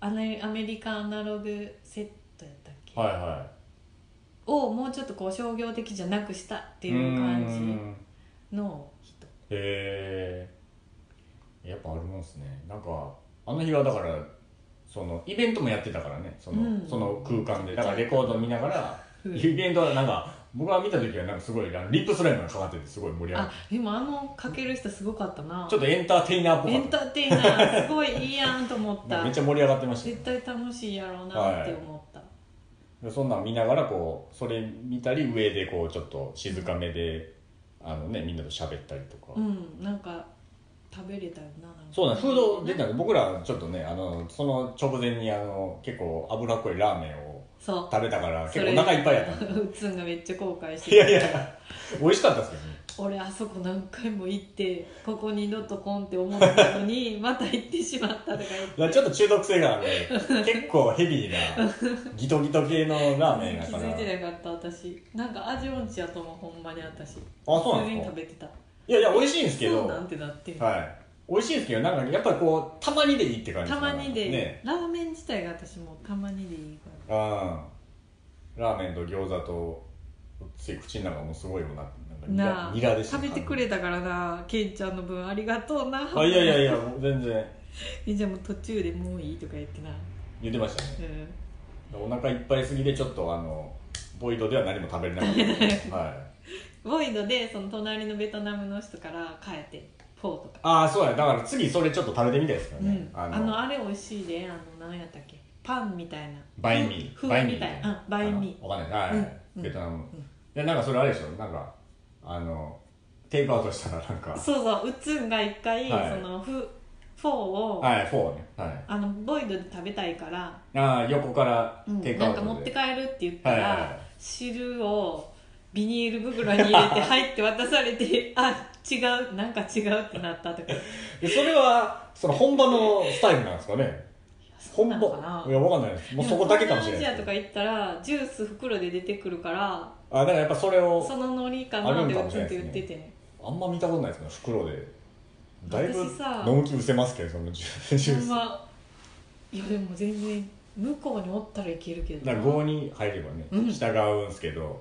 S1: アメアメリカアナログセットやったっけ、
S2: はいは
S1: をもうちょっとこう商業的じゃなくしたっ
S2: い
S1: ていう感
S2: ん
S1: じの人
S2: へえやっぱあるもんですねなんかあの日はだからそのイベントもやってたからねその,、
S1: うん
S2: その空間でだからレコード見ながら
S1: うん
S2: イベントはなんか僕が見た時はなんかすごいあのリップスライムがかかっててすごい盛り上がっ
S1: あ
S2: て
S1: でもあのかける人すごかったな
S2: ちょっとエンターテイナーっぽ
S1: エ
S2: か
S1: ン
S2: っ
S1: ターテイナーすごいいいやんと思ったた
S2: めっちゃ盛り上がってました
S1: 絶対楽しいやろうなって思った、
S2: でそんなん見ながらこうそれ見たり上でこうちょっと静かめであのねみんなと喋ったりとか、
S1: うんなんか食べれたよななんか
S2: そうなんフード出てたの僕らちょっとねあのその直前にあの結構脂っこいラーメンを
S1: そう
S2: 食べたから
S1: そ
S2: 結
S1: れ
S2: 構お腹いっぱいやったんで
S1: うっつんがめっちゃ後悔し
S2: いやい
S1: てる
S2: や美味しかったですけどね
S1: 俺あそこ何回も行ってここにのとこんって思ったの にまた行ってしまったとか
S2: だからちょっと中毒性があるんで結構ヘビーなギトギト系のラーメ
S1: 言
S2: ン
S1: って
S2: や
S1: 気
S2: から
S1: づい
S2: あ
S1: てなかった私なんか味音痴やと思うほんまに私
S2: そう
S1: 普
S2: なん
S1: 通
S2: で
S1: に食
S2: すか
S1: べてた
S2: いやいや美味しいんですけ
S1: そ
S2: ど
S1: うなんてなってんの
S2: はい美味しいんですけどなんかやっぱりこうたまにでいいって感じ
S1: たまにで、
S2: ね
S1: ラーメン自体が私もたまにでいいか
S2: うんラーメンと餃子とつい口の中もすごいよななんか
S1: ら
S2: ニ
S1: な
S2: ラ
S1: あ
S2: ニラでした
S1: 食べてくれたからなケンちゃんの分ありがとうな
S2: あいやいやいやもう全然
S1: えじゃあもう途中でもういいとか言ってな
S2: 言ってましたね
S1: うん
S2: お腹いっぱいすぎでちょっとあのボイドでは何も食べれなかっ たはい
S1: ボイドでその隣のベトナムの人から変えてフォーとか、
S2: ああそうやだから次それちょっと食べてみたいですから
S1: う
S2: ね
S1: ん、、
S2: あ
S1: あ
S2: の
S1: のあれ美味しいであの何やったっけパンみたいな
S2: バインミ
S1: ふ
S2: ーバインミー
S1: みたいなうんバインミ
S2: あのわかんないはい、
S1: うん
S2: ベトナム、
S1: うん
S2: でなんかそれあれでしょなんかあのテイクアウトしたらなんか
S1: ーそうそううつんが一回、
S2: はい
S1: そのフフォーを、
S2: はいフォーねはい
S1: あのボイドで食べたいから、
S2: ああ横から
S1: うん
S2: テイク
S1: な
S2: アウ
S1: ん
S2: ト
S1: か
S2: で、
S1: 持って帰るって言ったら、
S2: はいはいはい
S1: 汁をビニール袋に入れて 入って渡されてあ違うなんか違うってなったとか
S2: でそれはその本場のスタイルなんですかね
S1: そう
S2: 本
S1: な
S2: 場
S1: のかない
S2: やわかんないですもうそこだけかもしれ
S1: 東南アジ
S2: ない
S1: アとか行ったらジュース袋で出てくるから
S2: あだからやっぱそれを
S1: そのノリかなってうつんって言ってて、
S2: あんま見たことないですね袋でだいぶ
S1: 私さ
S2: 飲む気失せますけどそのジュジュ
S1: ほ
S2: ー
S1: ん
S2: ス
S1: まいやでも全然向こうにおったらいけるけど
S2: だ
S1: な
S2: から郷に入ればね、
S1: うん
S2: 従うんですけど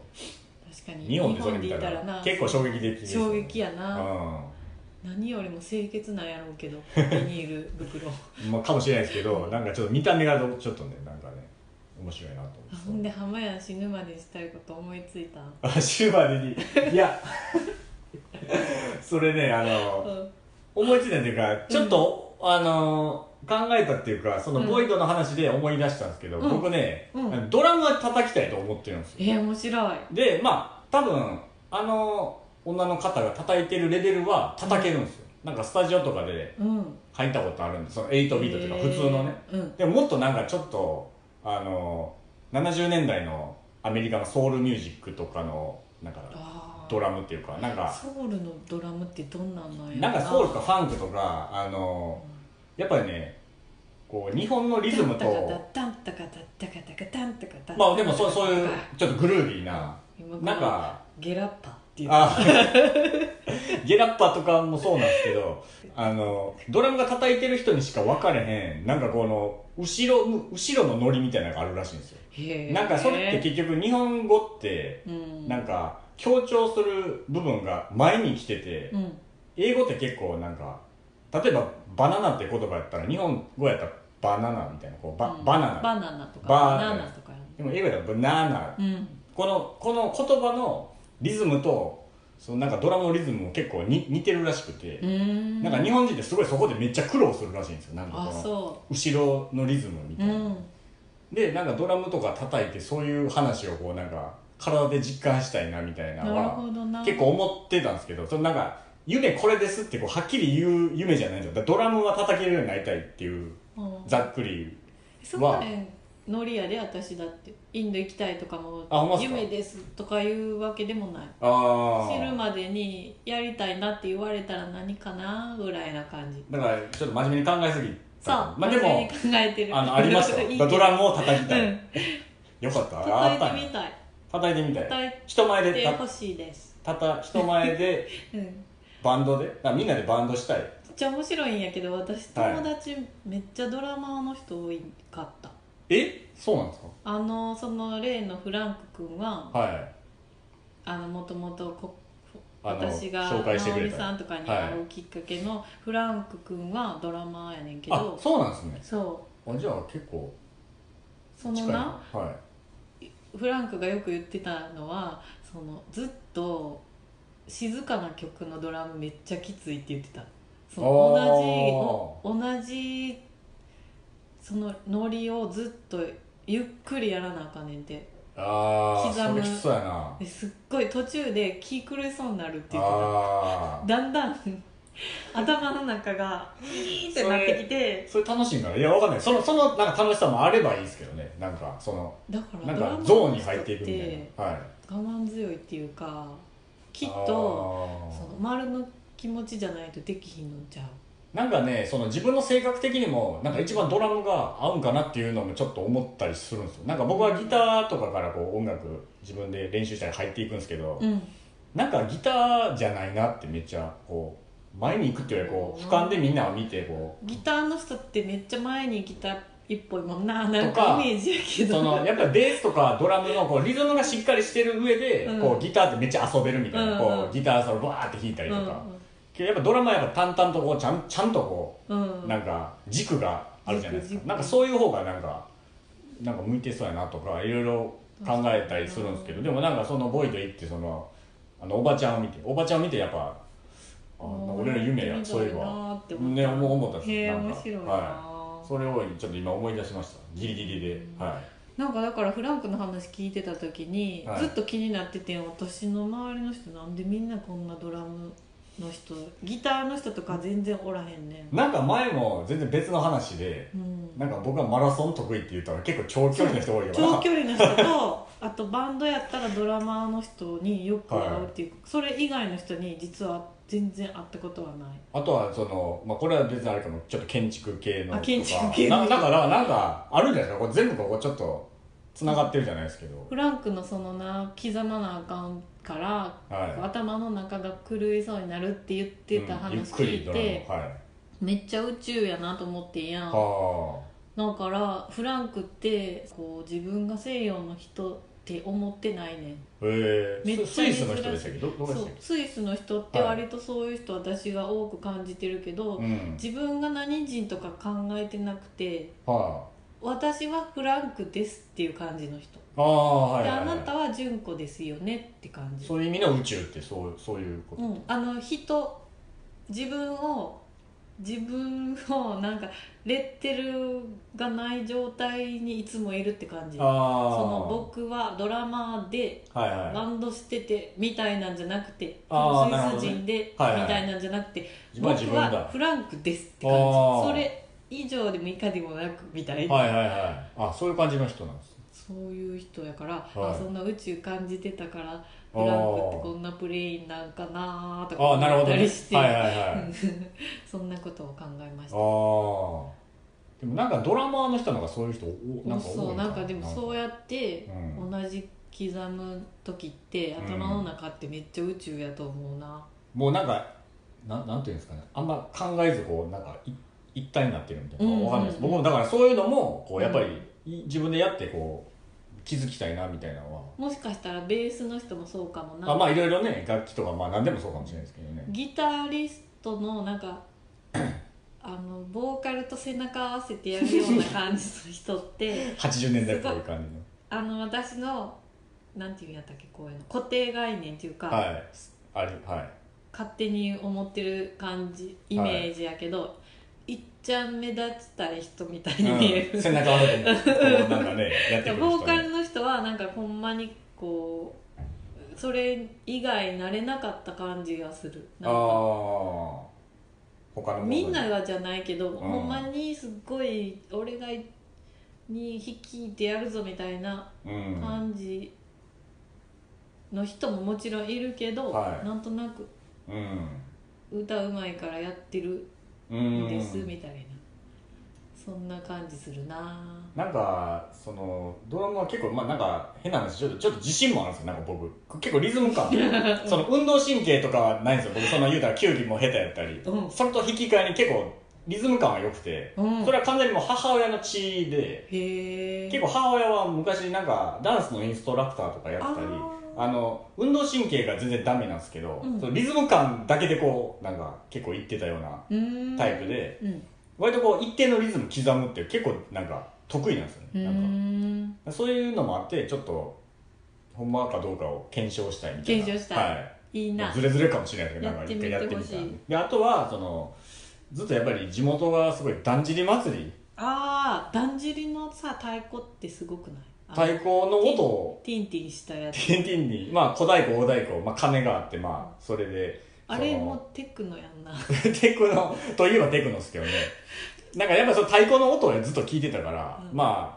S1: 確かに
S2: 日本でそれ見た
S1: 日本でいたら
S2: ら
S1: な
S2: 結構衝撃的ですよ
S1: 衝
S2: ね、
S1: 撃や
S2: う
S1: な、何よりも清潔なんやろうけどビニール袋
S2: ん、まあ、かもしれないですけどなんかちょっと見た目がどちょっとねなんかね面白いなと
S1: あほ
S2: 思っ
S1: ん
S2: て
S1: で浜や死ぬまでしたいこと思いついたん
S2: あ死ぬまでにいや それねあ
S1: う
S2: の
S1: ん
S2: 思いついたっていうかちょっと、あの考えたっていうかその
S1: うん
S2: ボイドの話で思い出したんですけど、
S1: うん
S2: 僕ね、
S1: うん
S2: あのドラムは叩きたいと思ってるんですよ
S1: えー、面白い
S2: でまあ多分あの女の方が叩いてるレベルは叩けるんですよ、なんかスタジオとかで
S1: うん
S2: 入ったことあるんでその8ビートというか普通のね、
S1: えーうん
S2: でももっとなんかちょっとあの70年代のアメリカのソウルミュージックとかのなんか
S1: あー
S2: ドラムっていうかなんか
S1: ソウルのドラムってどんなんなんやろ
S2: なんかソウルかファンクとかあのやっぱりねこう日本のリズムと
S1: タンタカタタカタカタンタカタンタカタンタカタン
S2: まあでもそうそういうちょっとグルービーな
S1: 今
S2: なんか
S1: ゲラッパっていう
S2: あ ゲラッパとかもそうなんですけどあのドラムが叩いてる人にしか分かれへんなんかこの後ろ後ろのノリみたいなのがあるらしいんですよ
S1: へー
S2: なんかそれって結局日本語って
S1: うん
S2: なんか強調する部分が前に来てて
S1: うん
S2: 英語って結構なんか例えばバナナって言葉やったら日本語やったらバナナみたいなこうバ,、
S1: うん
S2: バナナ
S1: バナナとか
S2: バ
S1: ナナとか
S2: でも英語やったらバナナ
S1: うん
S2: このこの言葉のリズムとそのなんかドラムのリズムも結構に似てるらしくて、
S1: うーん
S2: なんか日本人ってすごいそこでめっちゃ苦労するらしいんですよなんか
S1: あ
S2: この
S1: そ
S2: 後ろのリズムみ
S1: う
S2: た
S1: う
S2: いな、
S1: ん
S2: でなんかドラムとか叩いてそういう話をこうなんか体で実感したいなみたいな
S1: な
S2: の
S1: る
S2: は
S1: ほどな
S2: 結構思ってたんですけどそのなんか夢これですってこうはっきり言う夢じゃないんですよだからドラムは叩けるようになりたいっていう
S1: うん
S2: ざっくり
S1: そんなんノリやで私だってインド行きたいとかも
S2: あほんまっすか
S1: 夢ですとかいうわけでもない
S2: ああ
S1: 知るまでにやりたいなって言われたら何かなぐらいな感じ
S2: だからちょっと真面目に考えすぎ
S1: そ
S2: た
S1: う
S2: まあで
S1: 真面
S2: も
S1: 目に考えてる
S2: あのありました
S1: いいけ
S2: よ
S1: ど
S2: ドラムを叩きたい、
S1: うん
S2: よかったああった
S1: 叩いてみ
S2: ね
S1: たい
S2: 叩いてみたい
S1: 叩い
S2: 人前で
S1: て
S2: た
S1: ほしいです、
S2: たた人 前で
S1: うん、
S2: バンドでだからみんなでバンドしたい
S1: めっちゃ面白いんやけど私
S2: はい
S1: 友達めっちゃドラマーの人多いかった、
S2: えそうなんですか
S1: あのその例のフランク君は
S2: はい
S1: あのもともとこ
S2: あの
S1: 私が
S2: 紹介してくれ
S1: 直
S2: た
S1: 美さんとかに会うきっかけのフランク君はドラマーやねんけ
S2: あ
S1: ど
S2: そうなんですね
S1: そ
S2: あじゃあ結
S1: う
S2: 構
S1: そ
S2: 近
S1: の
S2: い
S1: な
S2: なはい
S1: フランクがよく言ってたのはそのずっと静かな曲のドラムめっちゃきついって言ってたその同じお同じそのノリをずっとゆっくりやらなあかんねんて
S2: ああ
S1: 刻
S2: そ
S1: む
S2: れきつそうやな
S1: ですっごい途中で気狂いそうになるって言ってた
S2: あ
S1: だんだん 頭の中がいーってなってきて
S2: ーそれ楽しいんかないやわかんないそのそのなんか楽しさもあればいいですけどねなんかその
S1: だから
S2: なん
S1: ドラ
S2: か
S1: マ
S2: ゾーン
S1: の
S2: に
S1: 人
S2: 入っ
S1: って
S2: いくみたい
S1: て
S2: なはい
S1: 我慢強いっていうかきっ
S2: あー
S1: とその丸の気持ちじゃないとできひんのちゃう
S2: なんかねその自分の性格的にもなんか一番ドラムが合うんかなっていうのもちょっと思ったりするんですよなんか僕はギターとかからこう音楽自分で練習したり入っていくんですけど、
S1: うん
S2: なんかギターじゃないなってめっちゃこう前に行くっていうよりこう俯瞰でみんなを見てこう
S1: ギターの人ってめっちゃ前にギター一歩もんななん
S2: とか
S1: かイメージやけど
S2: そのやっぱりベースとかドラムのこうリズムがしっかりしてる上で、
S1: うん
S2: こうギターってめっちゃ遊べるみたいな、
S1: うんうん
S2: こうギターそのバーって弾いたりとか、
S1: う
S2: けどやっぱドラムはやっぱ淡々とこうちゃんちゃんとこ
S1: ん
S2: う、
S1: うん、
S2: なんか軸があるじゃないです
S1: 軸
S2: か
S1: 軸
S2: なんかそういう方がなんかなんか向いてそうやなとかいろいろ考えたりするんですけど、でもなんかそのボイド行ってそのあのおばちゃんを見ておばちゃんを見てやっぱあなんか俺の夢やそういえば。ね思う思ったんです
S1: へえ
S2: なんか
S1: 面白いな、
S2: はそれをちょっと今思い出しましたギリギリで、
S1: うん
S2: は
S1: なんかだからフランクの話聞いてた時に、
S2: はい
S1: ずっと気になってて私の周りの人なんでみんなこんなドラムの人ギターの人とか全然おらへんね
S2: いなんか前も全然別の話で
S1: ん、うん、
S2: なんか僕はマラソン得意って言ったら結構長距離の人多いから
S1: 長距離の人とあとバンドやったらドラマーの人によく会うっていう、それ以外の人に実は全然会ったことはない
S2: あとはその、まあ、これは別にあれかもちょっと建築系のと
S1: あ
S2: か
S1: 建築系
S2: な
S1: の
S2: なんかだからなんかあるんじゃないですかこれ全部ここちょっとつながってるじゃないですけど
S1: フランクのそのな刻まなあかんから、
S2: は
S1: 頭の中が狂いそうになるって言っ
S2: い、
S1: てた
S2: うんゆっ
S1: 話
S2: く
S1: 聞
S2: り
S1: い
S2: ドラム
S1: て、
S2: はい
S1: めっちゃ宇宙やなと思ってんやん
S2: は
S1: だからフランクってこう自分が西洋の人って思ってないねん
S2: あへ
S1: めっち
S2: え
S1: ゃ
S2: スイスの人でしたっけどどこで
S1: そ
S2: し
S1: う
S2: たっ
S1: スイスの人って割とそういう人私が多く感じてるけど、
S2: けうん
S1: 自分が何人とか考えてなくて
S2: は
S1: 私はフランクですっていう感じの人、
S2: あああはいはい、はい、
S1: であなたは純子ですよねって感じう、
S2: そういう意味の宇宙ってそうそういうこと、
S1: ん、あの人自分を自分をなんかレッテルがない状態にいつもいるって感じそ
S2: ああ
S1: の僕はドラマーで
S2: はいはい
S1: バンドしててみたいなんじゃなくてス
S2: あーなるほ
S1: イ
S2: ど
S1: ス
S2: ね
S1: 人でみ
S2: はいはい
S1: たいなんじゃなくて
S2: 自分は自
S1: 僕
S2: 分
S1: は
S2: だ
S1: フランクですって感
S2: あ
S1: じ
S2: ー
S1: それ以上でも以下でもなくみたいな、
S2: はいはいはいあそういう感じの人なんです
S1: そういう人やから、
S2: はい
S1: あそんな宇宙感じてたからフ
S2: あー
S1: ランクってこんなプレインなんかなーとか
S2: ああなる
S1: 思
S2: ほ
S1: っ
S2: ど
S1: た
S2: ね
S1: りして、
S2: はいはいはいあ
S1: そんなことを考えました
S2: あでもなんかドラマーの人なんかそういう人おなんか多い
S1: そうなんかでもそう
S2: や
S1: やって
S2: うん
S1: 同じ刻む時って
S2: うん
S1: 頭の中ってめっちゃ宇宙やと思うな、
S2: もうなんかなんなんていうんですかねあんま考えずこうなんかい一体になってるみたいな
S1: うんうんうん
S2: わかんないです僕もだからそういうのもこうやっぱり、い自分でやってこう気づきたいなみたいなのは
S1: もしかしたらベースの人もそうかもな
S2: あまあいろいろね楽器とかまあ何でもそうかもしれないですけどね
S1: ギタリストのなんか あのボーカルと背中合わせてやるような感じの人って
S2: 80年代っぽい感じの
S1: あの私のなんていうんやったっけこういうの固定概念っていうか、
S2: はいあれはい
S1: 勝手に思ってる感じイメージやけど、い、っちゃん目立ちたい人みたいに見え
S2: う
S1: る
S2: ん、、背中合わせてこうなんかねやってくる人ね
S1: ボーカルの人はなんかほんまにこうそれ以外なれなかった感じがする
S2: あ
S1: なんか
S2: あ他の
S1: みんな
S2: が
S1: はじゃないけど、ほんまにすっごい俺がに率いてやるぞみたいな
S2: うん
S1: 感じの人ももちろんいるけど、
S2: はい
S1: なんとなく歌うまいからやってる
S2: うんん
S1: ですみたいな、そんな感じするな
S2: なんかそのドラムは結構まあなんか変な話ちょっとちょっと自信もあるんですよなんか僕結構リズム感その運動神経とかはないんですよ僕その言うたら球技も下手やったり、
S1: うん
S2: それと引き換えに結構リズム感は良くて、
S1: うん
S2: それは完全にもう母親の血で
S1: へえ
S2: 結構母親は昔なんかダンスのインストラクターとかやってたり
S1: あ
S2: あの運動神経が全然ダメなんですけど、
S1: うん
S2: そのリズム感だけでこうなんか結構いってたような
S1: うーん
S2: タイプで
S1: うん
S2: 割とこう一定のリズム刻むって結構なんか得意なんですよ
S1: う
S2: ねなんか
S1: ーん
S2: そういうのもあってちょっとほほんまかどうかを検証したいみたいな
S1: 検証したい
S2: はい
S1: いいな
S2: ずれずれかもしれないけどなん
S1: やっ
S2: か
S1: て
S2: 一
S1: みて
S2: 回やってみ
S1: ほしたい
S2: であとはそのずっとやっぱり地元がすごいだんじり祭り
S1: ああだんじりのさ太鼓ってすごくないあの
S2: 太鼓の音を
S1: ティンティンしたや
S2: テ
S1: つ
S2: ィンティンにまあ小太鼓大太鼓、まあ、鐘があってまあそれで
S1: あれもテクノやんな
S2: テクノといえばテクノですけどねなんかやっぱその太鼓の音をずっと聞いてたから、
S1: うん
S2: ま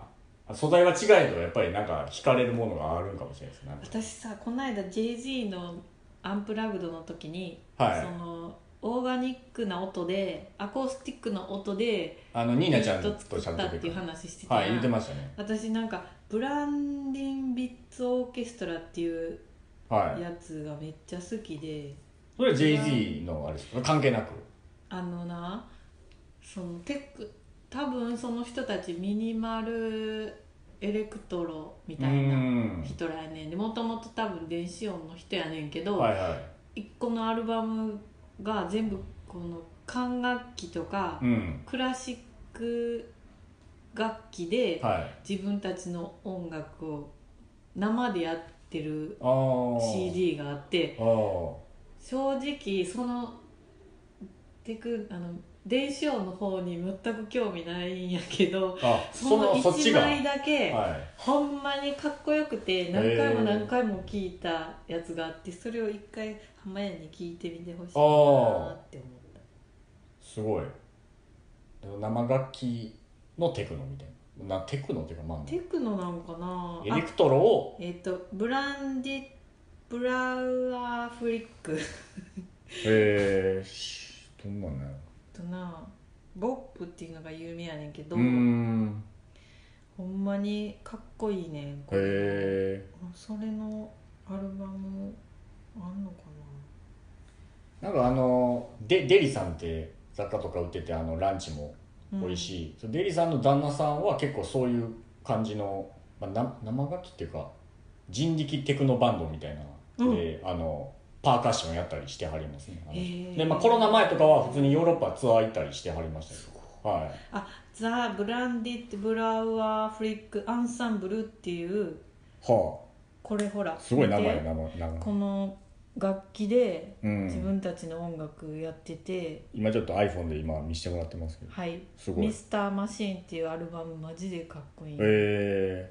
S2: あ素材は違えどやっぱりなんか惹かれるものがあるんかもしれないですね
S1: 私さこの間 JZ のアンプラグドの時に、そ
S2: はい
S1: のオーガニックな音でアコースティックな音で
S2: あのニーナちゃん
S1: ビー
S2: と
S1: ト作っ
S2: 喋
S1: た
S2: っ
S1: ってて
S2: て
S1: いう話してた
S2: はい
S1: やん
S2: 言ってましたね
S1: 私なんかブランディンビッツオーケストラっていう
S2: はい
S1: やつがめっちゃ好きで
S2: それは JZ のあれですか関係なく
S1: あのなそのテック多分その人たちミニマルエレクトロみた
S2: う
S1: いなん人らやねんでもともと多分電子音の人やねんけど、
S2: はいは
S1: 一個のアルバムが全部この管楽器とか
S2: いうん
S1: クラシック楽器で
S2: はい
S1: 自分たちの音楽を生でやってる
S2: あー
S1: CD があって
S2: あー
S1: 正直そのテクあの電子音の方に全く興味ないんやけど
S2: あ
S1: そ
S2: そ
S1: の
S2: のそっち
S1: 1
S2: が
S1: 枚だけ
S2: はい
S1: ほんまにかっこよくて何回も何回も聞いたやつがあってそれを一回浜屋に聞いてみてほしいなーって思っ
S2: すごい生楽器のテクノみたいななテクノっていうかま
S1: た
S2: あ
S1: テクノなんかな
S2: エレ
S1: あ
S2: クトロを
S1: えっ、とブランディブラウアーフリック
S2: へえしどんなんなんやろ
S1: となボップっていうのが有名やねんけど
S2: うーん
S1: ほんまにかっこいいねんこれ
S2: へ
S1: あそれのアルバムあんのか
S2: えんかあのデデリさんって雑貨とか売っててあのランチも
S1: な、うん
S2: 美味しい、そうデリさんの旦那さんは結構そういう感じの、まあ、な生楽器っていうか人力テクノバンドみたいなので、あのパーカッションやったりしてはりますねあの
S1: へー
S2: で、まあ、コロナ前とかは普通にヨーロッパツアー行ったりしてはりましたけどはい
S1: ザ・ブランディッド・ブラウアー・フリック・アンサンブルっていう
S2: は
S1: これほら
S2: あすごい長
S1: 見
S2: い
S1: て
S2: 名前名前
S1: この楽器で
S2: うん、
S1: 自分たちの音楽やってて、
S2: 今ちょっと iPhone で今見せてもらってますけど
S1: はい「
S2: すごい
S1: ミスターマシーンっていうアルバムマジでかっこいい、
S2: え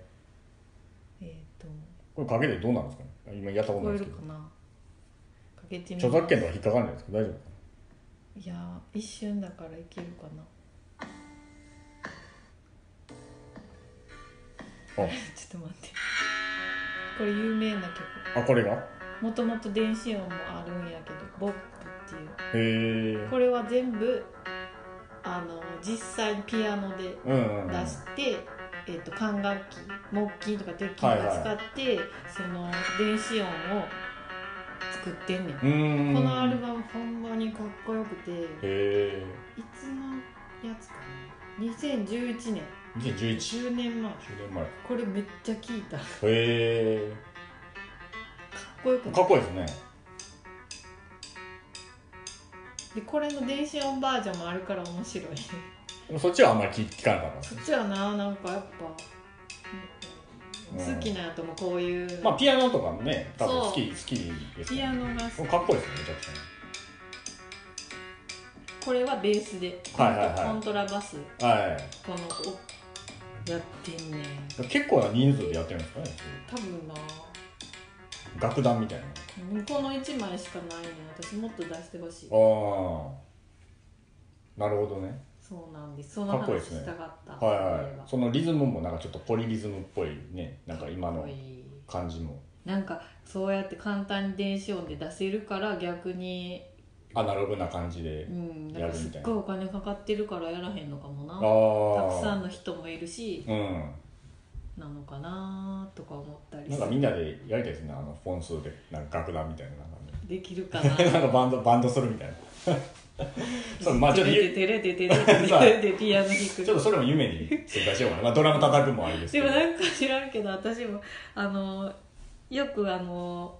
S1: えーと
S2: ー、これかけてどうなんですかね今やったこ
S1: 聞
S2: とな
S1: こ
S2: い
S1: え
S2: です
S1: る
S2: けど
S1: かなかけてみ
S2: 著作権とか引っかかんないですけど大丈夫
S1: いやー一瞬だからいけるかな ちょっと待ってこれ有名な曲
S2: ああこれが
S1: もともと電子音もあるんやけどボップっていう
S2: へえ
S1: これは全部あの実際にピアノで
S2: うんうんうん
S1: 出して、えっと管楽器木琴とか鉄琴を使って、その電子音を作ってんねん、
S2: うーん
S1: このアルバムほんまにかっこよくてい
S2: へえ
S1: つのやつかな2011年
S2: 2011
S1: 10年前
S2: 10年前へ
S1: これめっちゃ聴いたかっ
S2: え
S1: こよくない
S2: かっこいいですね
S1: でこれの電子音バージョンもあるから面白い
S2: でもそっちはあんまり聞聞かなかったです
S1: そっちはななんかやっぱ
S2: うん
S1: 好きなやともこういう、
S2: まあピアノとかもね多分
S1: そう
S2: 好き好きです
S1: ピ
S2: けど
S1: アノが好き
S2: これかっこいいですねめちゃくちゃね
S1: これはベースでコン,、
S2: はいはいはい
S1: コントラバス
S2: は
S1: このおやってんね
S2: い結構な人数でやってるんですかね
S1: 多分な
S2: 楽団みたいな
S1: この1枚しかないね私もっと出してほしい
S2: ああなるほどね
S1: そうなんですその
S2: かっこいい
S1: 話
S2: ですね
S1: したかった
S2: はいはい
S1: そ
S2: そのリズムもなんかちょっとポリリズムっぽいねな
S1: れ
S2: ん
S1: はか
S2: か今
S1: っ
S2: の
S1: こいい
S2: 感じも
S1: なんかそうやって簡単に電子音で出せるから逆に
S2: アナログな感じで
S1: うん
S2: や
S1: なん
S2: る
S1: か
S2: み
S1: す
S2: たい
S1: っ
S2: な
S1: ごいお金かかってるからやらへんのかも
S2: あ
S1: な
S2: あ
S1: たくさんの人もいるし
S2: うん
S1: なのかなとか思ったり
S2: なんかみんなでやりたいですねあのフォン数でなんか楽団みたいななんかね
S1: できるかな
S2: なんかバンドバンドするみたいな そうまあちょっと
S1: テ
S2: ゆ
S1: レテテレテテレテレテピアノ弾く
S2: ちょっとそれも夢に追加しようかな、まあ、ドラム叩くもありですけ
S1: で
S2: ど
S1: もなんか知らんけど私もあのよくあの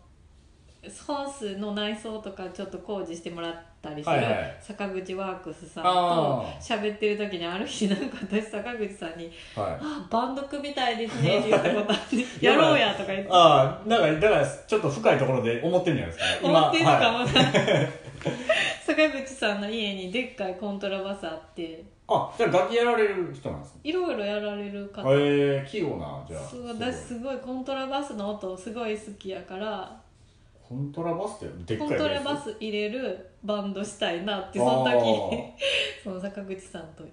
S1: ホースの内装とかちょっと工事してもらったりする
S2: はいはい
S1: 坂口ワークスさんと
S2: あ
S1: 喋ってる時にある日なんか私坂口さんに
S2: あはい
S1: あバンド組みたいですねって言ったことあってやろうやとか言って
S2: ああだからだからちょっと深いところで思ってるんじゃないですか
S1: 思ってるのかも
S2: はい
S1: な、坂口さんの家にでっかいコントラバスあって
S2: あじゃあ楽器やられる人なんですね
S1: いろいろやられる方
S2: へえ器用なじゃあ
S1: す
S2: す
S1: ご
S2: ご
S1: い
S2: い
S1: 私すごいコントラバスの音すごい好きやから
S2: コントラバスってでっか
S1: コ
S2: い
S1: ントラバ
S2: っ
S1: ス入れるバンドしたいなってその時 その坂口さんと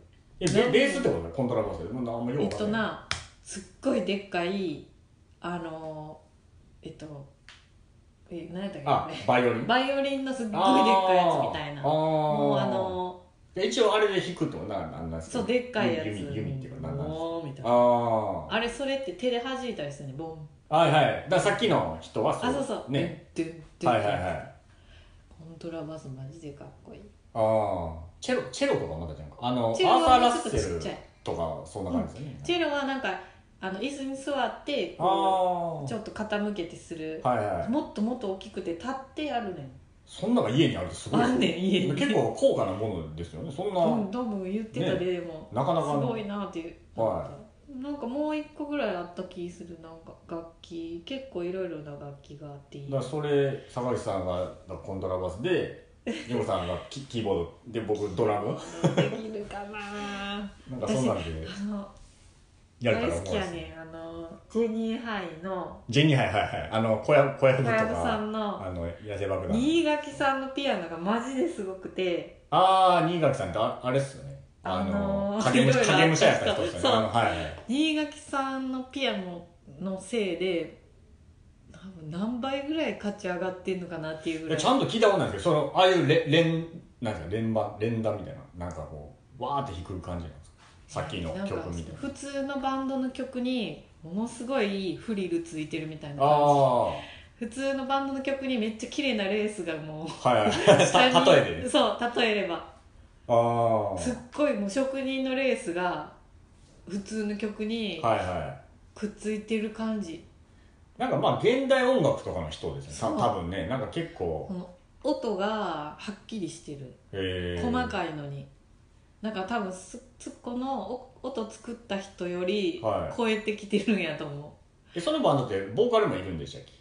S2: えベベースってことねコントラバスでもうあんまよ
S1: えっ
S2: うわか
S1: と
S2: んない
S1: なすっごいでっかいあのえっとえ何やったっ
S2: あ
S1: けこ
S2: バイオリ
S1: れ
S2: ン
S1: バイオリンのすっごいでっかいやつみたいな
S2: あー
S1: もうあ
S2: あー
S1: の
S2: 一応あれで弾くってことななんなんすか
S1: そうでっかいやつ
S2: 弓弓っていうかなんなんですか
S1: もうみたいな
S2: あ
S1: あれそれって手で弾いたりするねボン
S2: あはいはいだからさっきの人は
S1: あそうそう
S2: ね
S1: ドゥンドゥ
S2: は
S1: ン
S2: いはいはい
S1: ドゥンコントラバスマジでかっこいい
S2: ああチェロチェロとかまだじゃんかあのアー
S1: チェロは
S2: サー・ラッ
S1: ちょっとち
S2: セ
S1: っ
S2: ル
S1: ちゃい
S2: とかそんな感じですよね、
S1: チェロはなんかあの椅子に座って
S2: あ
S1: こうち
S2: ー
S1: ょっと傾けてする
S2: はいはい
S1: もっともっと大きくて立ってあるねん
S2: そんなのが家にあるってすごいです
S1: あんねん家に
S2: 結構高価なものですよねそんな、
S1: どんどん言ってたで、でも
S2: なかなか
S1: す
S2: の
S1: ごいなっていう
S2: は
S1: なんかもう一個ぐらいあった気するなんか楽器結構いろいろな楽器があっていい
S2: だからそれ坂口さんがコントラバスでリコさんがキキーボードで僕ドラム
S1: できるか な
S2: なんかそんなんで
S1: あの
S2: やれた
S1: 大
S2: ら
S1: 好
S2: 思
S1: き
S2: いま
S1: や
S2: す
S1: ねんあのジェニーハイの
S2: ジェニーはいはいはいあの小屋小屋
S1: 小
S2: 部と
S1: 籔さ
S2: か
S1: んの
S2: あの野生爆弾
S1: 新垣さんのピアノがマジですごくて
S2: ああ新垣さんってああれっすよねあ
S1: あ
S2: の
S1: のー
S2: 影武者影武者やった人っすよね
S1: そう
S2: あのはいはい
S1: 新垣さんのピアノのせいで多分何倍ぐらい価値上がってんのかなっていうぐらい
S2: ちゃんと聞いたことないですけどそのああいうれ連なんですか連番連打みたいななんかこうわーって弾く感じなんですかさっきの
S1: なんか
S2: 曲みたいな
S1: 普通のバンドの曲にものすごいフリルついてるみたいな感
S2: あ
S1: じ普通のバンドの曲にめっちゃ綺麗なレースがもう
S2: あはいはいた例えでね
S1: そう例えれば
S2: ああは
S1: すっごいもう職人のレースが普通の曲
S2: い
S1: に
S2: は
S1: くっついてる感じ、
S2: いなんかまあ現代音楽とかの人です
S1: そ
S2: ね
S1: う
S2: た多分ねなんか結構
S1: この音がはっきりしてる
S2: えー、
S1: 細かいのになんか多分すつこのお音作った人より
S2: はい
S1: 超えてきてるんやと思
S2: えそのバンドってボーカルもいるんでしたっけ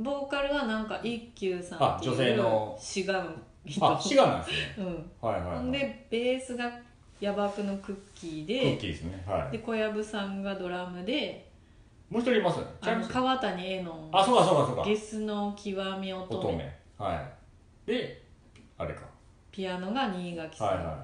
S1: うボーカルはなんか一休さんっていう
S2: あ女性の
S1: シガン人
S2: あ滋賀なんですね
S1: うん
S2: はいはい、
S1: ほ
S2: はい、
S1: んでベースがヤバくのクッキー
S2: クッ
S1: で
S2: キーですねは
S1: で小籔さんがドラムで
S2: いもう一人いますよねち
S1: あ
S2: ゃいま
S1: の
S2: す
S1: 川谷絵音
S2: あそうかそうかそう
S1: ゲ
S2: か
S1: スの極み乙
S2: 乙
S1: 女
S2: 女はいであれか
S1: ピアノが新垣さん、
S2: はいはい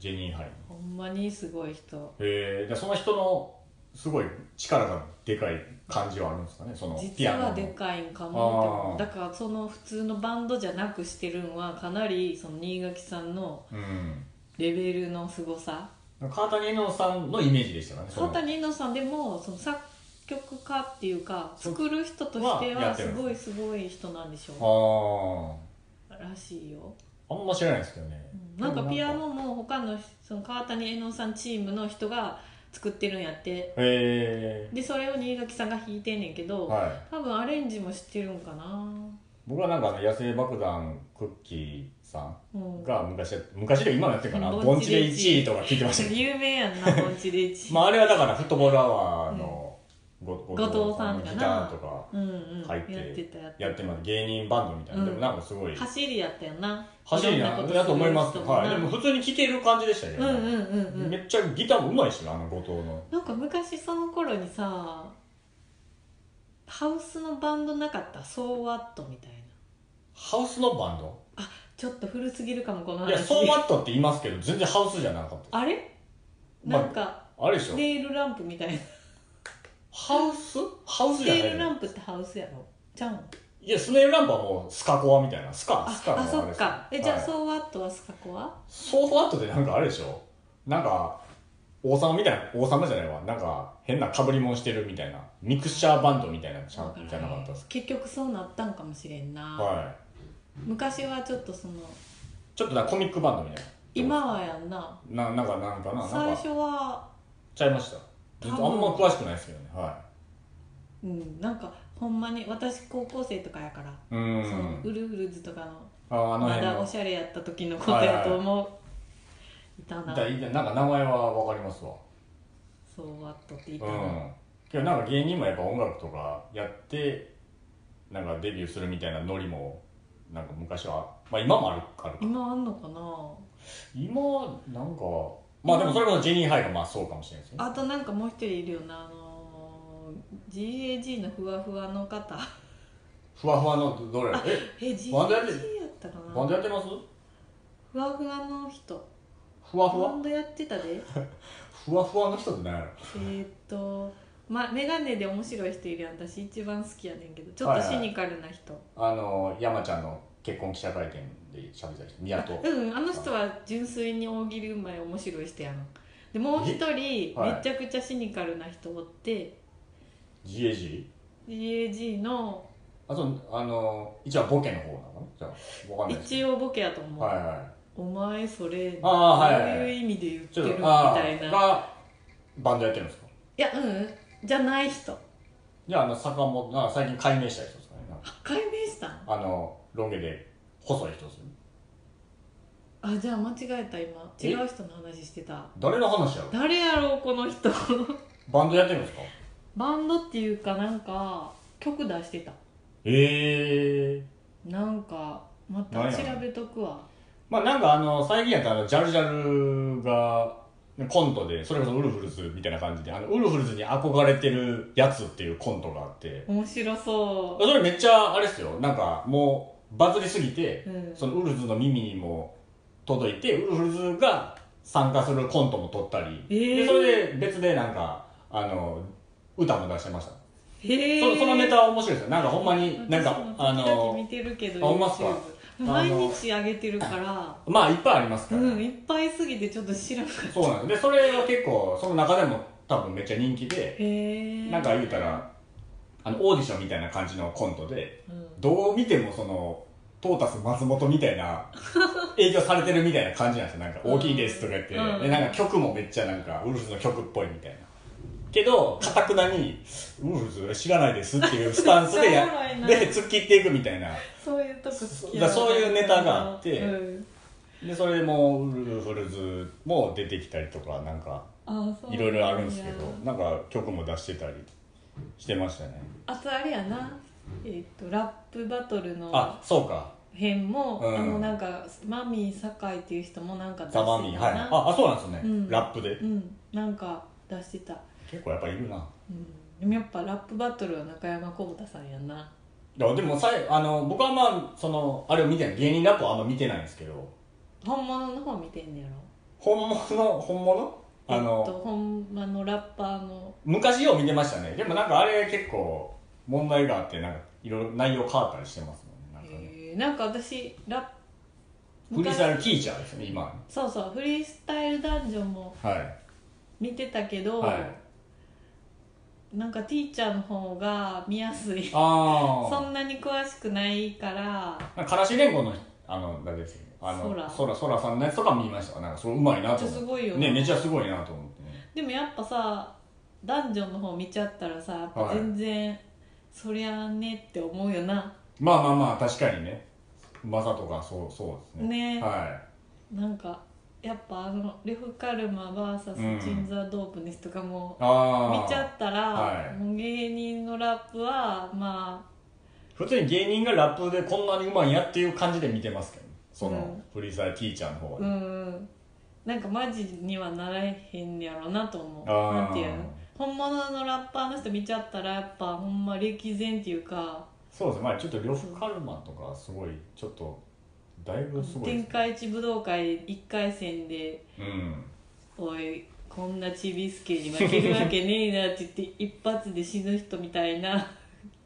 S2: ジェニーハイへ
S1: ほんまにすごい人
S2: えでその人のすごい力がでかい感じはあるんですかねその
S1: 実
S2: ピアノ
S1: は
S2: の
S1: でかいんかも
S2: あー
S1: って思うだからその普通のバンドじゃなくしてるんはかなりその新垣さんの
S2: うん
S1: レベルのすごさ
S2: 川谷絵音さんのイメージでしたからねその
S1: 川谷絵音さんでもその作曲家っていうか作る人として
S2: はや
S1: は
S2: ってる
S1: すごいすごい人なんでしょうらしいよ
S2: あああんま知らないですけどね
S1: なんかピア
S2: でも
S1: ノも他のその川谷絵音さんチームの人が作ってるんやって
S2: なんかへえ
S1: でそれを新垣さんが弾いてんねんけど、
S2: はい
S1: 多分アレンジもしてるんかな
S2: 僕はなんかあの野生爆弾クッキーさ
S1: うん
S2: んが昔やっ昔で今もやってるかな
S1: 盆
S2: 盆
S1: 地
S2: 地
S1: で
S2: で
S1: 1
S2: 1位とか聞いてましたけど
S1: 有名やんな盆地で一
S2: まああれはだからフットボールアワーのご
S1: 後藤さん
S2: の
S1: かな
S2: ギターとか
S1: うんうん
S2: 入って
S1: やってたやって
S2: やってます芸人バンドみたいな、
S1: うん
S2: でもなんかすごい
S1: た走りやったよな
S2: 走りな
S1: ろん
S2: だと思います
S1: する人もな
S2: はいでも普通に聴ける感じでしたけ
S1: うん
S2: ど、
S1: う
S2: ね
S1: んうんうん
S2: めっちゃギターもうまいしなあの後藤の
S1: なんか昔その頃にさハウスのバンドなかったソーワットみたいな
S2: ハウスのバンド
S1: ちょっと古すぎるかもこの話
S2: いやソーマットって言いますけど全然ハウスじゃなかった
S1: あれ
S2: まあ
S1: なんか
S2: あれでしょ
S1: ネイルランプみたいな
S2: ハウスハウスじゃ
S1: ネイ
S2: な
S1: ル
S2: い
S1: ラ
S2: の
S1: ンプってハウスやろちゃうん
S2: いやスネールランプはもうスカコアみたいなスカ
S1: あ
S2: スカの
S1: あそ
S2: れ
S1: っ
S2: ですよ
S1: かえじゃあ
S2: はい
S1: ソーワットはスカコア
S2: ソーファットってなんかあれでしょなんか王様みたいな王様じゃないわなんか変なかぶりもんしてるみたいなミクスチャーバンドみたいなのじゃ
S1: わからん
S2: じゃなかったです
S1: 結局そうなったんかもしれんな、
S2: かは
S1: 昔はちょっとその
S2: いちょっとなんかコミックバンドみたいな
S1: 今はやんな
S2: ななんかなんかなな
S1: 最
S2: んか
S1: 初は
S2: ちゃいましたちょっとあんま詳しくないですけどねは
S1: うんなんかほんまに私高校生とかやから、
S2: うん
S1: そのウルフルズとかの
S2: あああの
S1: ま
S2: 辺
S1: だお
S2: の
S1: しゃれやった時のことやと思う、いたな
S2: だいたいなんか名前はわかりますわ
S1: そうワットっていた
S2: う
S1: な、
S2: んけどなんか芸人もやっぱ音楽とかやってなんかデビューするみたいなノリもなんか昔はまあ今もあるあるか
S1: 今あんのかな
S2: 今なんかまあでもそれこそジェニーハイがまあそうかもしれないですね
S1: あとなんかもう一人いるよなあのー GAG のふわふわの方
S2: ふわふわのどれえ
S1: え GAG や
S2: バンドやって
S1: ったか
S2: バンド
S1: な
S2: やってます
S1: ふわふわの人
S2: ふわふ
S1: バ
S2: わ
S1: ンドやってたで
S2: ふわふわの人って何やろ
S1: えーっとま、眼鏡で面白い人いるやん私一番好きやねんけどちょっ
S2: はい
S1: と
S2: はい
S1: シニカルな人、
S2: あの山ちゃんの結婚記者会見で喋ってた人宮戸
S1: うんあの人は純粋に大喜利うまい面白い人やんでもう一人め
S2: えはい
S1: ちゃくちゃシニカルな人おって、
S2: GAG?
S1: GAG の
S2: あそうあの一応ボケの方なのじゃあわかんないです
S1: 一応ボケやと思う、
S2: はいは
S1: お前それ
S2: ああはい
S1: どういう意味で言っ
S2: い
S1: てるみ
S2: あ
S1: たい
S2: ー
S1: ない
S2: がバンドやってるんですか
S1: やうんじゃない人
S2: じゃああの坂本あ最近改名した人ですかねなんか
S1: 解明したん
S2: あのロン毛で細い人ですよね
S1: あじゃあ間違えた今
S2: え
S1: 違う人の話してた
S2: 誰の話やろ
S1: 誰やろうこの人
S2: バンドやってるんですか
S1: バンドっていうかなんか曲出してた
S2: ええ
S1: なんかま
S2: なん
S1: た
S2: や
S1: 調
S2: ろ
S1: べとくわ
S2: まあなんかあの最近やったらあのジャルジャルがコントでそれこそウルフルズみたいな感じであのウルフルズに憧れてるやつっていうコントがあって
S1: 面白そ
S2: それめっちゃあれですよなんかもうバズりすぎて
S1: う、うん、
S2: そのウルフルズの耳にも届いてウルフルズが参加するコントも撮ったり、
S1: えー
S2: でそれで別でなんかあの歌も出してました、
S1: へえ
S2: そそのネタは面白いですよなんかほんまになんかあ
S1: 私も時々
S2: の
S1: 見てるけど
S2: あほんまっすか
S1: YouTube 毎日上げてるから
S2: まあいっぱいありますから、
S1: うんいっぱいすぎてちょっと知らなかった
S2: そうなんですでそれは結構その中でも多分めっちゃ人気で
S1: へえ
S2: なんか言うたらあのオーディションみたいな感じのコントで
S1: うん
S2: どう見てもそのトータス松本みた いな影響されてるみたいな感じなんですよなんか「大きいです」とか言って、
S1: うん
S2: でなんか曲もめっちゃなんかウルフズの曲っぽいみたいなけどかたくなに「ウルフズ知らないです」っていうスタンスで
S1: めっちゃおもろい
S2: や
S1: な
S2: で突っ切っていくみたいな
S1: そういうとこ好き
S2: だからそういうネタがあって
S1: うん
S2: でそれもウルフルズも出てきたりとかなんか
S1: あそう
S2: いろいろあるんですけど
S1: いや
S2: なんか曲も出してたりしてましたね
S1: あとあれやなえっとラップバトルの
S2: あそうか
S1: 編も
S2: うん
S1: あのなんかマミー酒井っていう人もなんか出して
S2: ザ・
S1: た
S2: マミーはい
S1: な
S2: ああそうなんですね、
S1: うん
S2: ラップで
S1: うんなんか出してた
S2: 結構やっぱいるな
S1: うんでもやっぱラップバトルは中山浩太さんやない
S2: やでもさいあの僕はまあそのあれを見てない芸人ラップはあんま見てないんですけど
S1: 本物の方見てんねやろ
S2: 本物本物あ
S1: えっ
S2: の、
S1: と、ほんまのラッパーの
S2: 昔よう見てましたねでもなんかあれ結構問題があってなんかいろいろ内容変わったりしてますもんねなんかね
S1: えーなんか私ラッ
S2: フリースタイ
S1: 昔
S2: ルキーチャーですね今は
S1: そうそうフリースタイルダンジョンも
S2: はい
S1: 見てたけど、
S2: はい
S1: なんかティーチャーの方が見やすい
S2: あ
S1: そんなに詳しくないから
S2: あからしれんこのあの誰ですよねあの
S1: ソラ
S2: そらそらさんのやつとか見ましたなんかそれうまいな
S1: めっ
S2: と
S1: ちゃ
S2: 思っ
S1: す
S2: て
S1: ごいよな
S2: ねめっちゃすごいなと思ってね
S1: でもやっぱさダンジョンの方見ちゃったらさやっぱ
S2: はい
S1: 全然、そりゃあねって思うよな
S2: まあまあまあ確かにねうまさとかそうそうですね
S1: ね
S2: は
S1: なんかやっぱあのレフカルマ VS チンザ・ドープネスとかも、
S2: いああ
S1: 見ちゃったら、
S2: はい
S1: もう芸人のラップはま
S2: 普通に芸人がラップでこんなにうまいんやっていう感じで見てますけどねその、
S1: うん
S2: フリースタイルティーチャーの方
S1: あ
S2: は、
S1: うんなんかマジにはならへんやろなと思う
S2: あー
S1: なんていうの本物のラッパーの人見ちゃったらやっぱほんま歴然っていうか
S2: そうですねまあちょっと呂布カルマとかすごいちょっとだいぶすごいで
S1: 天
S2: す
S1: 下一武道会1回戦で
S2: うん
S1: 「おいこんなちびすけに負けるわけねえな」って言って一発で死ぬ人みたいな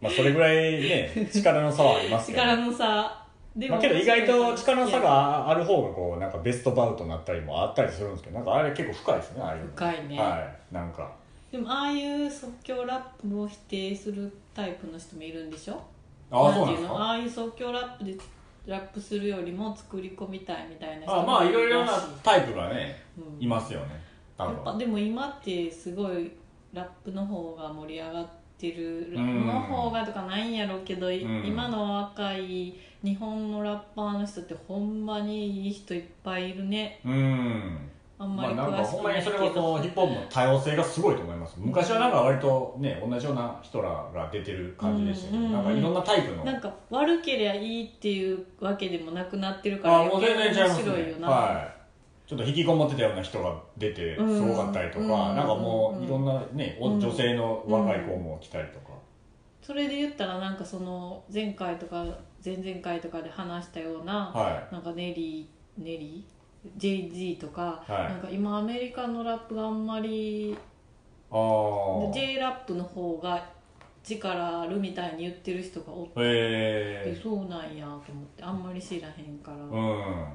S2: まあそれぐらい ね力の差はありますけど
S1: 力の差で
S2: まあ、けど意外と力の差
S1: いや
S2: がある方がこうなんかベストバウトになったりもあったりするんですけどなんかあれ結構深いですねああいうの
S1: 深いね
S2: はいなんか
S1: でもああいう即興ラップを否定するタイプの人もいるんでしょ
S2: ああ
S1: て
S2: そうなん
S1: い
S2: です
S1: の
S2: か
S1: ああいう即興ラップでラップするよりも作り込みたいみたいな人
S2: あまあいろいろな
S1: し
S2: タイプがね
S1: うん
S2: いますよね多
S1: やっぱ
S2: 分
S1: でも今ってすごいラップの方が盛り上がっってる
S2: うん
S1: の方がとかないんやろうけど、い
S2: うん
S1: 今の若い日本のラッパーの人ってほんまにいい人いっぱいいるね
S2: うん
S1: あんま
S2: まあ
S1: り
S2: なんか
S1: 詳し
S2: ほん
S1: く
S2: ま
S1: な
S2: に
S1: いけ
S2: それ
S1: ど、
S2: こそヒップホップの多様性がすごいと思います昔はなんか割とね同じような人らが出てる感じでしたけど、
S1: うんうんうん
S2: なんかいろんなタイプの
S1: なんか悪けりゃいいっていうわけでもなくなってるから
S2: あもう全然違います
S1: 面白い
S2: ね
S1: よな、
S2: はいちょっと引きこもってたような人が出てす
S1: うん
S2: ごかったりとか、
S1: うん
S2: なんかもういろんなね、お
S1: うん
S2: 女性の若い子も来たりとか、
S1: それで言ったらなんかその前回とか前々回とかで話したような、
S2: は
S1: なんかネリーネリー JG とか、
S2: いはい
S1: なんか今アメリカのラップがあんまり
S2: ああ
S1: J ラップの方が力あるみたいに言ってる人がおって、
S2: へえ
S1: そうなんやと思ってあんまり知らへんから、
S2: うん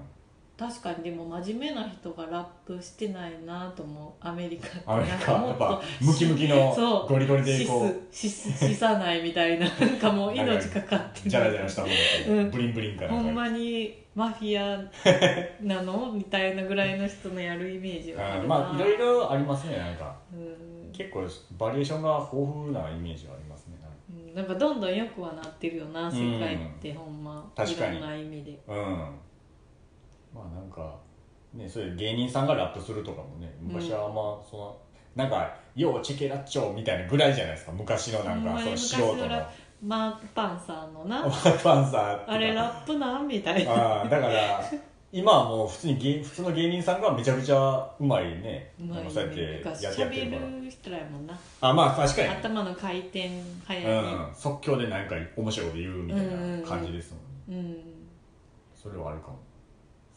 S1: 確かにでも真面目な人がラップしてないなと思うアメリカって
S2: アメリ
S1: なん
S2: カ
S1: か
S2: や
S1: も
S2: っ
S1: っ
S2: ぱ
S1: と
S2: ムキムキの
S1: そう
S2: ゴリゴリで
S1: し
S2: こう
S1: すしすしさないみたいななんか もう命かかってる
S2: ジャラジャラしたもの
S1: うん
S2: とブリンブリンかな
S1: ほ
S2: んか
S1: んまにマフィアなのみたいなぐらいの人のやるイメージはあ
S2: う
S1: る
S2: ん
S1: な、
S2: ま あいろいろありますねなんか
S1: うん
S2: 結構バリエーションが豊富なイメージはありますねなんか
S1: うんなんかどんどん良くはなってるよな世界ってほんま
S2: 確かに
S1: いろんな意味で
S2: うんまあなんかねそういう芸人さんがラップするとかもね昔はあんまその、なんか「ようチェケラッチョ」みたいなぐらいじゃないですか昔のな
S1: ほ
S2: ん
S1: ん
S2: か
S1: ま
S2: その
S1: に
S2: 素人
S1: 昔の
S2: の
S1: ラマーク・パンさんの
S2: ワン
S1: な
S2: パンサーとか
S1: あれラップなんみたいな
S2: ああだから今はもう普通に芸普通の芸人さんがめちゃくちゃうまいね
S1: うまい
S2: あのそうやって
S1: ねなんか
S2: やってやってるから
S1: 喋る人らやもんな
S2: あまあ確かに、
S1: 頭の回転早いね
S2: うん、即興で何か面白いこと言うみたいな感じですもんね、
S1: うん、
S2: それはあるかも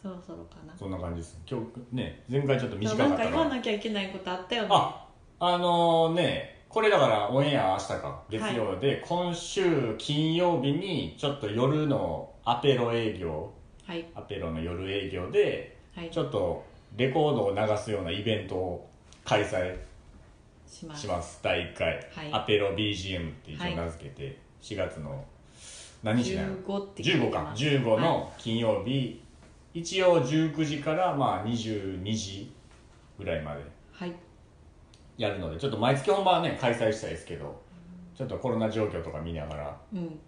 S1: そろそろかな
S2: そんな感じです今日ね前回ちょっと短
S1: な
S2: かっ
S1: ん
S2: た
S1: か
S2: か
S1: 言わ
S2: ら
S1: なきゃいけないことあったよね
S2: ああのねこれだからオンエア明日か月曜で、今週金曜日にちょっと夜のアペロ営業
S1: はい
S2: アペロの夜営業で
S1: はい
S2: ちょっとレコードを流すようなイベントを開催
S1: しま
S2: し
S1: す
S2: ます第1回、
S1: はい
S2: アペロ BGM って一応名付けて、4月の何日だよ
S1: 15って聞いて
S2: 15か
S1: ます
S2: 15
S1: はい
S2: の金曜日、一応19時からまあ22時ぐらいまで
S1: はい
S2: やるのでちょっと毎月本番はね開催したいですけどちょっとコロナ状況とか見ながら
S1: うん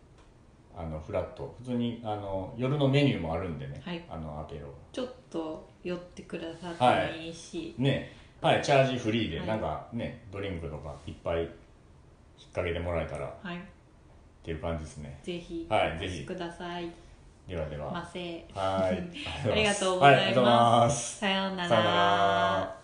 S2: あのフラット普通にあの夜のメニューもあるんでね、
S1: はい
S2: あのアペロが
S1: ちょっと寄ってくださってもいいし、
S2: ねはいチャージフリーで、
S1: はい
S2: なんかねドリンクとかいっぱい引っ掛けてもらえたらっ
S1: はい
S2: ていう感じですね
S1: ぜひ
S2: はい
S1: お
S2: ぜ
S1: 越
S2: ひ
S1: しください
S2: ではでは、
S1: ませ
S2: は い
S1: ありがとうございます
S2: はありがとうございます
S1: さような
S2: さようなら
S1: ら